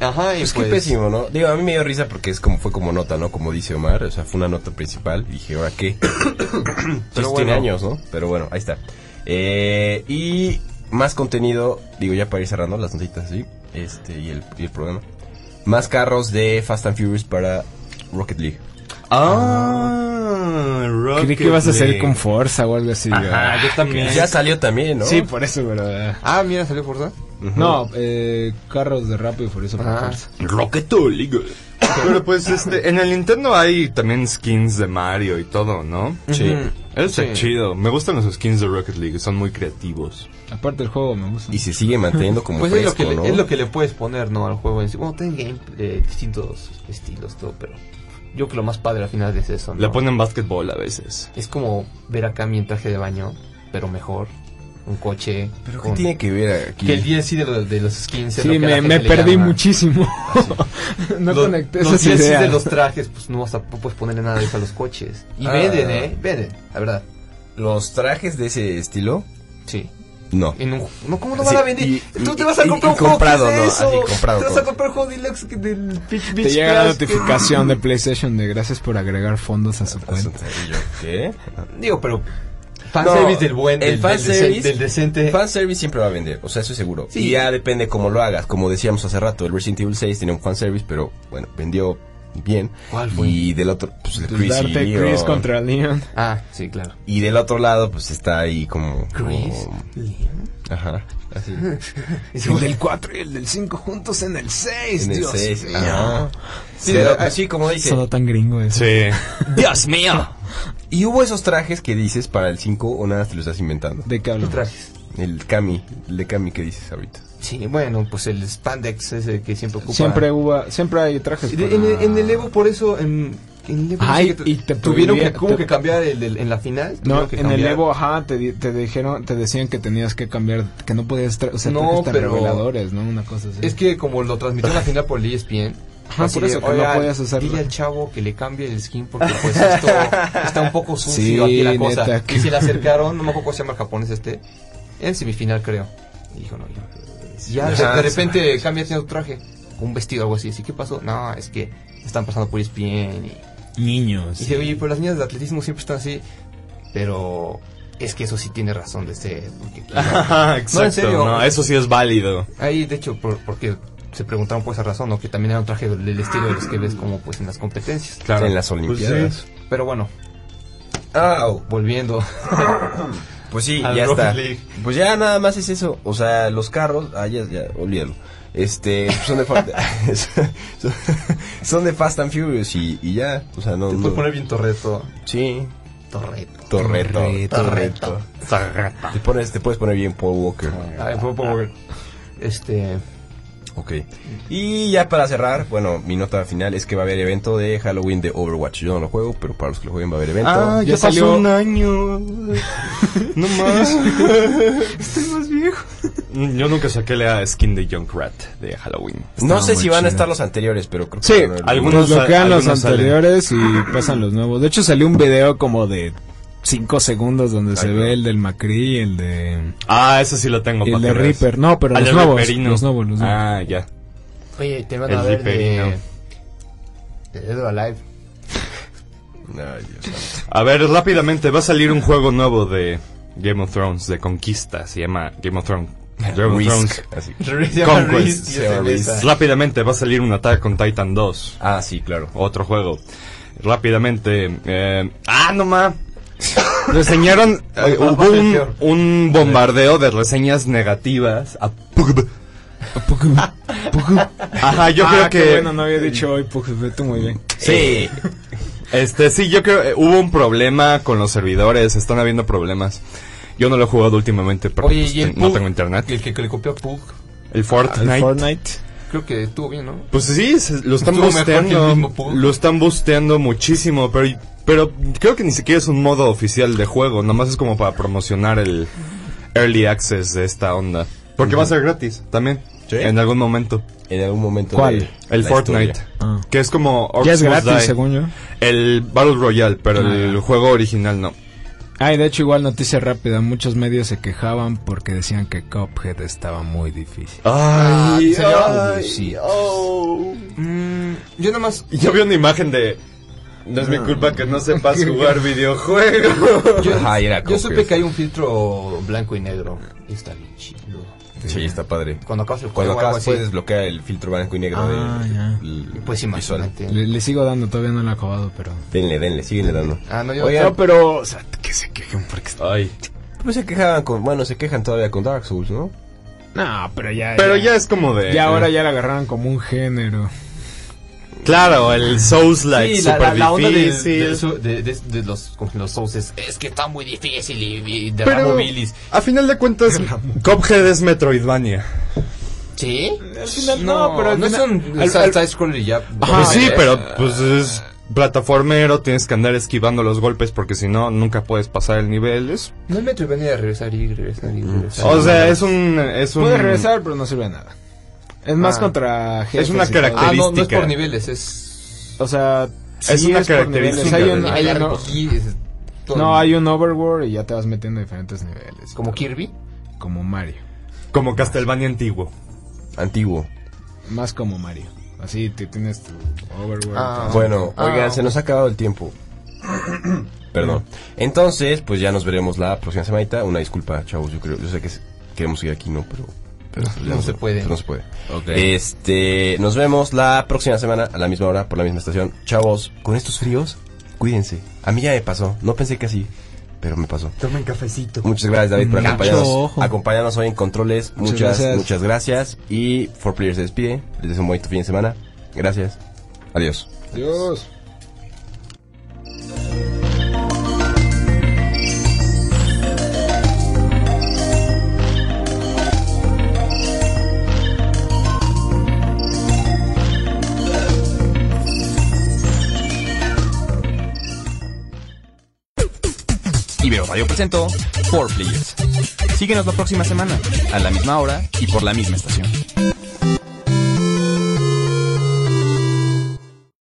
Speaker 4: Ajá, y
Speaker 5: Pues,
Speaker 4: pues.
Speaker 5: qué pésimo, ¿no? Digo, a mí me dio risa porque es como fue como nota, ¿no? Como dice Omar, o sea, fue una nota principal. Y dije, ¿ahora qué? Pero
Speaker 4: bueno.
Speaker 5: tiene años, ¿no? Pero bueno, ahí está. Eh, y más contenido, digo, ya para ir cerrando las notitas, ¿sí? Este, y el, y el programa. Más carros de Fast and Furious para Rocket League.
Speaker 6: Ah, Rocket
Speaker 8: Creí que ibas a hacer
Speaker 6: League.
Speaker 8: con fuerza o algo así.
Speaker 6: Ajá, yo también.
Speaker 5: Ya salió también, ¿no?
Speaker 8: Sí, por eso, pero.
Speaker 4: Ah, mira, salió Forza.
Speaker 8: No, eh, carros de rápido y furioso por
Speaker 4: Ah.
Speaker 8: fuerza.
Speaker 5: Rocket League.
Speaker 6: Pero pues este, en el Nintendo hay también skins de Mario y todo, ¿no?
Speaker 5: Sí.
Speaker 6: Eso está
Speaker 4: Sí.
Speaker 6: chido. Me gustan los skins de Rocket League, son muy creativos.
Speaker 8: Aparte el juego me gusta.
Speaker 5: Y se sigue manteniendo como
Speaker 4: Pues es
Speaker 5: fresco,
Speaker 4: lo, que le,
Speaker 5: ¿no?
Speaker 4: es lo que le puedes poner, ¿no? Al juego en sí. Bueno, tienen game, eh, distintos estilos, todo, pero yo creo que lo más padre al final es eso, ¿no?
Speaker 6: Le ponen básquetbol a veces.
Speaker 4: Es como ver a Cami en traje de baño, pero mejor. Un coche.
Speaker 5: ¿Pero qué
Speaker 4: con-
Speaker 5: tiene que ver aquí?
Speaker 4: Que el DLC de, los- de los skins. es lo que
Speaker 8: Sí,
Speaker 4: la
Speaker 8: me,
Speaker 4: gente
Speaker 8: me
Speaker 4: le
Speaker 8: perdí
Speaker 4: llama.
Speaker 8: muchísimo. no
Speaker 4: Los-
Speaker 8: conecté
Speaker 4: los
Speaker 8: esas
Speaker 4: DLCs
Speaker 8: ideas.
Speaker 4: de los trajes, pues no vas a, no puedes ponerle nada de eso a los coches. Y
Speaker 5: Ah.
Speaker 4: venden, ¿eh? Venden, la verdad.
Speaker 5: ¿Los trajes de ese estilo?
Speaker 4: Sí.
Speaker 5: No.
Speaker 4: En un, no, ¿cómo no
Speaker 5: Sí,
Speaker 4: van a vender?
Speaker 5: y-
Speaker 4: Tú te
Speaker 5: y-
Speaker 4: vas a
Speaker 5: y-
Speaker 4: comprar
Speaker 5: y
Speaker 4: un juego
Speaker 5: comprado,
Speaker 4: que es
Speaker 5: ¿no?
Speaker 4: eso.
Speaker 5: Así, comprado,
Speaker 4: Te vas
Speaker 5: comprado.
Speaker 4: a comprar un juego deluxe que- del Pitch
Speaker 8: Te llega la notificación de PlayStation de gracias por agregar fondos a su cuenta.
Speaker 5: ¿Y yo ¿Qué?
Speaker 4: Digo, pero Ah, fanservice del buen,
Speaker 5: el
Speaker 4: del, del,
Speaker 5: fanservice-
Speaker 4: decen- del decente.
Speaker 5: Fanservice siempre va a vender, o sea, eso es seguro.
Speaker 4: Sí.
Speaker 5: Y ya depende cómo lo hagas. Como decíamos hace rato, el Resident Evil 6 tenía un fanservice, pero bueno, vendió bien.
Speaker 4: ¿Cuál fue?
Speaker 5: Y del otro, pues el
Speaker 8: Pues
Speaker 5: Chris, y
Speaker 8: darte
Speaker 5: Leon.
Speaker 8: Chris contra Leon.
Speaker 4: Ah, sí, claro.
Speaker 5: Y del otro lado, pues está ahí como.
Speaker 4: Chris,
Speaker 5: como-
Speaker 4: Liam.
Speaker 5: Ajá. Así.
Speaker 8: El del 4 y el del 5 juntos en el 6.
Speaker 5: en el
Speaker 8: Dios
Speaker 5: 6.
Speaker 8: mío.
Speaker 5: Ajá. Sí, pero, pues, sí, como dice.
Speaker 8: Solo tan gringo eso.
Speaker 6: Sí.
Speaker 5: ¡Dios mío! Y hubo esos trajes que dices para el 5 o nada te los estás inventando.
Speaker 8: ¿De qué hablo?
Speaker 4: Trajes.
Speaker 5: El Kami, el de Kami que dices ahorita.
Speaker 4: Sí, bueno, pues el spandex ese que siempre ocupa.
Speaker 8: Siempre hubo, siempre hay trajes.
Speaker 4: De-
Speaker 8: para-
Speaker 4: en, el- en el Evo, por eso, en, en el Evo...
Speaker 8: Ay,
Speaker 4: no sé qué-
Speaker 8: y te
Speaker 4: tuvieron que,
Speaker 8: prohibía-
Speaker 4: tuvo
Speaker 8: te-
Speaker 4: que cambiar el, del- en la final.
Speaker 8: No,
Speaker 4: tuvieron que
Speaker 8: en el
Speaker 4: cambiar.
Speaker 8: Evo, ajá, te, di- te dijeron, te decían que tenías que cambiar, que no podías tra- o sea,
Speaker 4: No,
Speaker 8: trajes tan
Speaker 4: pero-
Speaker 8: reveladores, ¿no? Una cosa así.
Speaker 4: Es que como lo transmitió en la final por el E ESPN...
Speaker 8: Ajá,
Speaker 4: así
Speaker 8: por eso
Speaker 4: de,
Speaker 8: que no
Speaker 4: "Oigan,
Speaker 8: podías hacerlo".
Speaker 4: Dile al chavo que le cambie el skin porque pues esto está un poco sucio
Speaker 8: Sí,
Speaker 4: aquí la cosa.
Speaker 8: neta, que-
Speaker 4: Y se le acercaron, no me acuerdo cómo se llama el japonés este, en semifinal creo. Y dijo, no, yo- ya de, de repente cambia tiene otro traje, un vestido algo así. Así, ¿qué pasó? No, es que están pasando por E ESPN y...
Speaker 8: niños.
Speaker 4: Y dice, oye, pero las niñas de atletismo siempre están así. Pero es que eso sí tiene razón de ser. Porque,
Speaker 6: Ajá, Ah, exacto.
Speaker 4: serio.
Speaker 6: no, eso sí es válido.
Speaker 4: ahí, de hecho, por- porque se preguntaron por esa razón, ¿no? Que también era un traje del, del estilo de los que ves como pues en las competencias.
Speaker 6: Claro.
Speaker 5: En las
Speaker 6: Pues
Speaker 5: Olimpiadas.
Speaker 6: sí.
Speaker 4: Pero bueno,
Speaker 5: ¡Au!
Speaker 4: volviendo.
Speaker 5: Pues sí,
Speaker 4: Al
Speaker 5: ya
Speaker 4: Rocket
Speaker 5: está.
Speaker 4: League.
Speaker 5: Pues ya nada más es eso. O sea, los carros, ah, ya, ya, olvídalo. Este, son de, fa- son- son de Fast and Furious y, y ya. O sea, no.
Speaker 4: Te
Speaker 5: no-
Speaker 4: puedes poner bien torreto.
Speaker 5: Sí,
Speaker 4: Torreto.
Speaker 5: torreto, torreto. Te, pones, te puedes poner bien Paul Walker.
Speaker 4: Ay, fue por- Este.
Speaker 5: Ok. Y ya para cerrar, bueno, mi nota final es que va a haber evento de Halloween de Overwatch. Yo no lo juego, pero para los que lo jueguen va a haber evento.
Speaker 6: Ah,
Speaker 8: Ya
Speaker 6: ya,
Speaker 8: salió-
Speaker 6: pasó un año. No más.
Speaker 8: Estoy más viejo.
Speaker 6: Yo nunca saqué la skin de Junkrat de Halloween.
Speaker 5: no sé
Speaker 8: muy
Speaker 5: si van a
Speaker 8: chido.
Speaker 5: estar los anteriores, pero creo que
Speaker 8: Sí,
Speaker 5: van a haber-
Speaker 6: algunos
Speaker 8: Nos bloquean
Speaker 6: sal-
Speaker 8: los
Speaker 6: algunos salen.
Speaker 8: anteriores y pasan los nuevos. De hecho, salió un video como de 5 segundos donde se ve el del Macri y el de.
Speaker 6: Ah, eso sí lo tengo.
Speaker 8: y el
Speaker 6: para
Speaker 8: de
Speaker 6: que veas. Ah,
Speaker 8: Reaper. No, pero
Speaker 6: Al
Speaker 8: los
Speaker 6: de
Speaker 8: nuevos,
Speaker 6: Reaperino.
Speaker 8: los nuevos. Los nuevos.
Speaker 6: Ah, ya.
Speaker 7: Oye, te van a
Speaker 6: El
Speaker 7: ver de...
Speaker 6: viperino.
Speaker 7: De Dead or Alive.
Speaker 5: Ay, Dios santo.
Speaker 6: A ver, rápidamente, va a salir un juego nuevo de Game of Thrones, de Conquista, se llama Game of Thrones. Game of Thrones.
Speaker 5: Risk, así.
Speaker 4: Se llama
Speaker 6: Conquest.
Speaker 4: Risk, y es de esa.
Speaker 6: Rápidamente va a salir un Attack on Titan 2,
Speaker 5: Ah, sí, claro.
Speaker 6: otro juego. Rápidamente, eh, ah, no ma. Reseñaron, eh,
Speaker 4: Va- va a
Speaker 6: hubo
Speaker 4: ser
Speaker 6: un,
Speaker 4: peor.
Speaker 6: un bombardeo de reseñas negativas a Pugb. Ajá, Ah. yo
Speaker 8: Ah,
Speaker 6: creo
Speaker 8: qué
Speaker 6: que
Speaker 8: bueno, no había dicho hoy, pues vete muy bien.
Speaker 5: Sí.
Speaker 6: Este, sí, yo creo, eh, hubo un problema con los servidores, están habiendo problemas. Yo no lo he jugado últimamente, pero
Speaker 4: Oye,
Speaker 6: pues,
Speaker 4: y el
Speaker 6: te- no
Speaker 4: Pug,
Speaker 6: tengo internet.
Speaker 4: El que, que le copió a Pug.
Speaker 6: El Fortnite.
Speaker 8: Ah, Fortnite.
Speaker 4: Creo que estuvo bien, ¿no?
Speaker 6: Pues sí, se- lo están
Speaker 4: Estuvo mejor que el mismo
Speaker 6: bosteando.
Speaker 4: Pug.
Speaker 6: Lo están bosteando muchísimo, pero, pero creo que ni siquiera es un modo oficial de juego. Nada más es como para promocionar el early access de esta onda. Porque va a ser gratis también.
Speaker 5: Sí.
Speaker 6: En algún momento.
Speaker 5: En algún momento.
Speaker 8: ¿Cuál?
Speaker 5: de
Speaker 6: El
Speaker 5: la
Speaker 6: Fortnite.
Speaker 5: historia.
Speaker 8: Ah.
Speaker 6: Que es como.
Speaker 8: Ya
Speaker 6: Orcs
Speaker 8: es
Speaker 6: Must
Speaker 8: gratis,
Speaker 6: Die.
Speaker 8: según Ah. yo.
Speaker 6: El Battle Royale, pero el juego original no.
Speaker 8: Ay, de hecho, igual noticia rápida. Muchos medios se quejaban porque decían que Cuphead estaba muy difícil.
Speaker 6: Ah.
Speaker 4: Ah,
Speaker 6: Ay,
Speaker 8: ay, sí.
Speaker 6: oh.
Speaker 4: Mm, yo nada más.
Speaker 6: Yo vi una imagen de. No es mi culpa que no sepas jugar videojuegos.
Speaker 4: Yo,
Speaker 5: Ajá, era
Speaker 4: yo supe
Speaker 5: copioso.
Speaker 4: que hay un filtro blanco y negro. Y está bien chido.
Speaker 5: Sí, está padre.
Speaker 4: Cuando acabas el
Speaker 5: Cuando
Speaker 4: juego, algo
Speaker 5: acabas
Speaker 4: así.
Speaker 5: puedes desbloquear el filtro blanco y negro
Speaker 8: Ah,
Speaker 5: de,
Speaker 8: ya.
Speaker 5: el
Speaker 4: Pues
Speaker 5: visual.
Speaker 4: imagínate.
Speaker 8: Le, le sigo dando, todavía no lo he acabado, pero.
Speaker 5: Denle, denle, síguenle dando.
Speaker 4: Ah, no, yo.
Speaker 5: Oigan,
Speaker 8: pero, o sea, que se quejen porque está.
Speaker 6: Ay.
Speaker 5: pues se quejaban con, bueno, se quejan todavía con Dark Souls, ¿no?
Speaker 8: No, pero ya.
Speaker 6: Pero ya es como de.
Speaker 8: Ya ahora ya la agarraron como un género.
Speaker 6: Claro, el Souls Like
Speaker 4: Sí, la,
Speaker 6: super
Speaker 4: la- la onda de,
Speaker 6: difícil.
Speaker 4: de eso- de- de- de los, con los Souls es, es que está muy difícil y, y de
Speaker 6: pero
Speaker 4: Ramo Bilis.
Speaker 6: a final de cuentas, Cophead es Metroidvania.
Speaker 4: ¿Sí?
Speaker 8: final no, pero al
Speaker 4: no
Speaker 8: final-
Speaker 4: son
Speaker 8: al- al-
Speaker 4: side-scroller y ya.
Speaker 6: pues sí,
Speaker 4: Eh,
Speaker 6: pero pues es plataformero, tienes que andar esquivando los golpes porque si no nunca puedes pasar el nivel. Es-
Speaker 4: No me atrevería a regresar y regresar y regresar.
Speaker 6: o sea, es un es un
Speaker 8: Puede regresar, pero no sirve de nada. Es más
Speaker 4: Ah.
Speaker 8: contra jefes
Speaker 6: una
Speaker 8: y todo.
Speaker 6: característica.
Speaker 4: Ah, no, no es
Speaker 6: característica.
Speaker 4: por niveles, es.
Speaker 8: O sea,
Speaker 6: Es
Speaker 8: sí
Speaker 6: una
Speaker 8: por
Speaker 6: característica
Speaker 8: niveles. Hay
Speaker 6: del
Speaker 8: un-
Speaker 6: nivel.
Speaker 8: hay
Speaker 4: Hay
Speaker 8: un-
Speaker 4: algo aquí, es todo-
Speaker 8: no, hay un overworld y ya te vas metiendo a diferentes niveles.
Speaker 4: Como Kirby.
Speaker 8: Como Mario.
Speaker 6: como Castlevania antiguo.
Speaker 5: Antiguo.
Speaker 8: Más como Mario. Así te tienes tu overworld.
Speaker 4: Ah.
Speaker 5: Bueno,
Speaker 4: Ah.
Speaker 5: oigan, se nos ha acabado el tiempo. Perdón. Entonces, pues ya nos veremos la próxima semanita. Una disculpa, chavos, yo creo, yo sé que es- queremos seguir aquí, ¿no? Pero, pero pues, ya
Speaker 4: No se puede.
Speaker 5: No se puede. Este, nos vemos la próxima semana a la misma hora, por la misma estación. Chavos, con estos fríos, cuídense. A mí ya me pasó, no pensé que así, pero me pasó.
Speaker 4: Tomen cafecito.
Speaker 5: Muchas gracias, David, por
Speaker 8: Mucho
Speaker 5: acompañarnos,
Speaker 8: ojo.
Speaker 5: acompañarnos hoy en Controles. Muchas,
Speaker 8: Muchas
Speaker 5: muchas gracias.
Speaker 8: gracias.
Speaker 5: Y For Players se despide. Les deseo un bonito fin de semana. Gracias. Adiós.
Speaker 8: Dios.
Speaker 3: Ibero Radio presentó Four Players. Síguenos la próxima semana, a la misma hora y por la misma estación.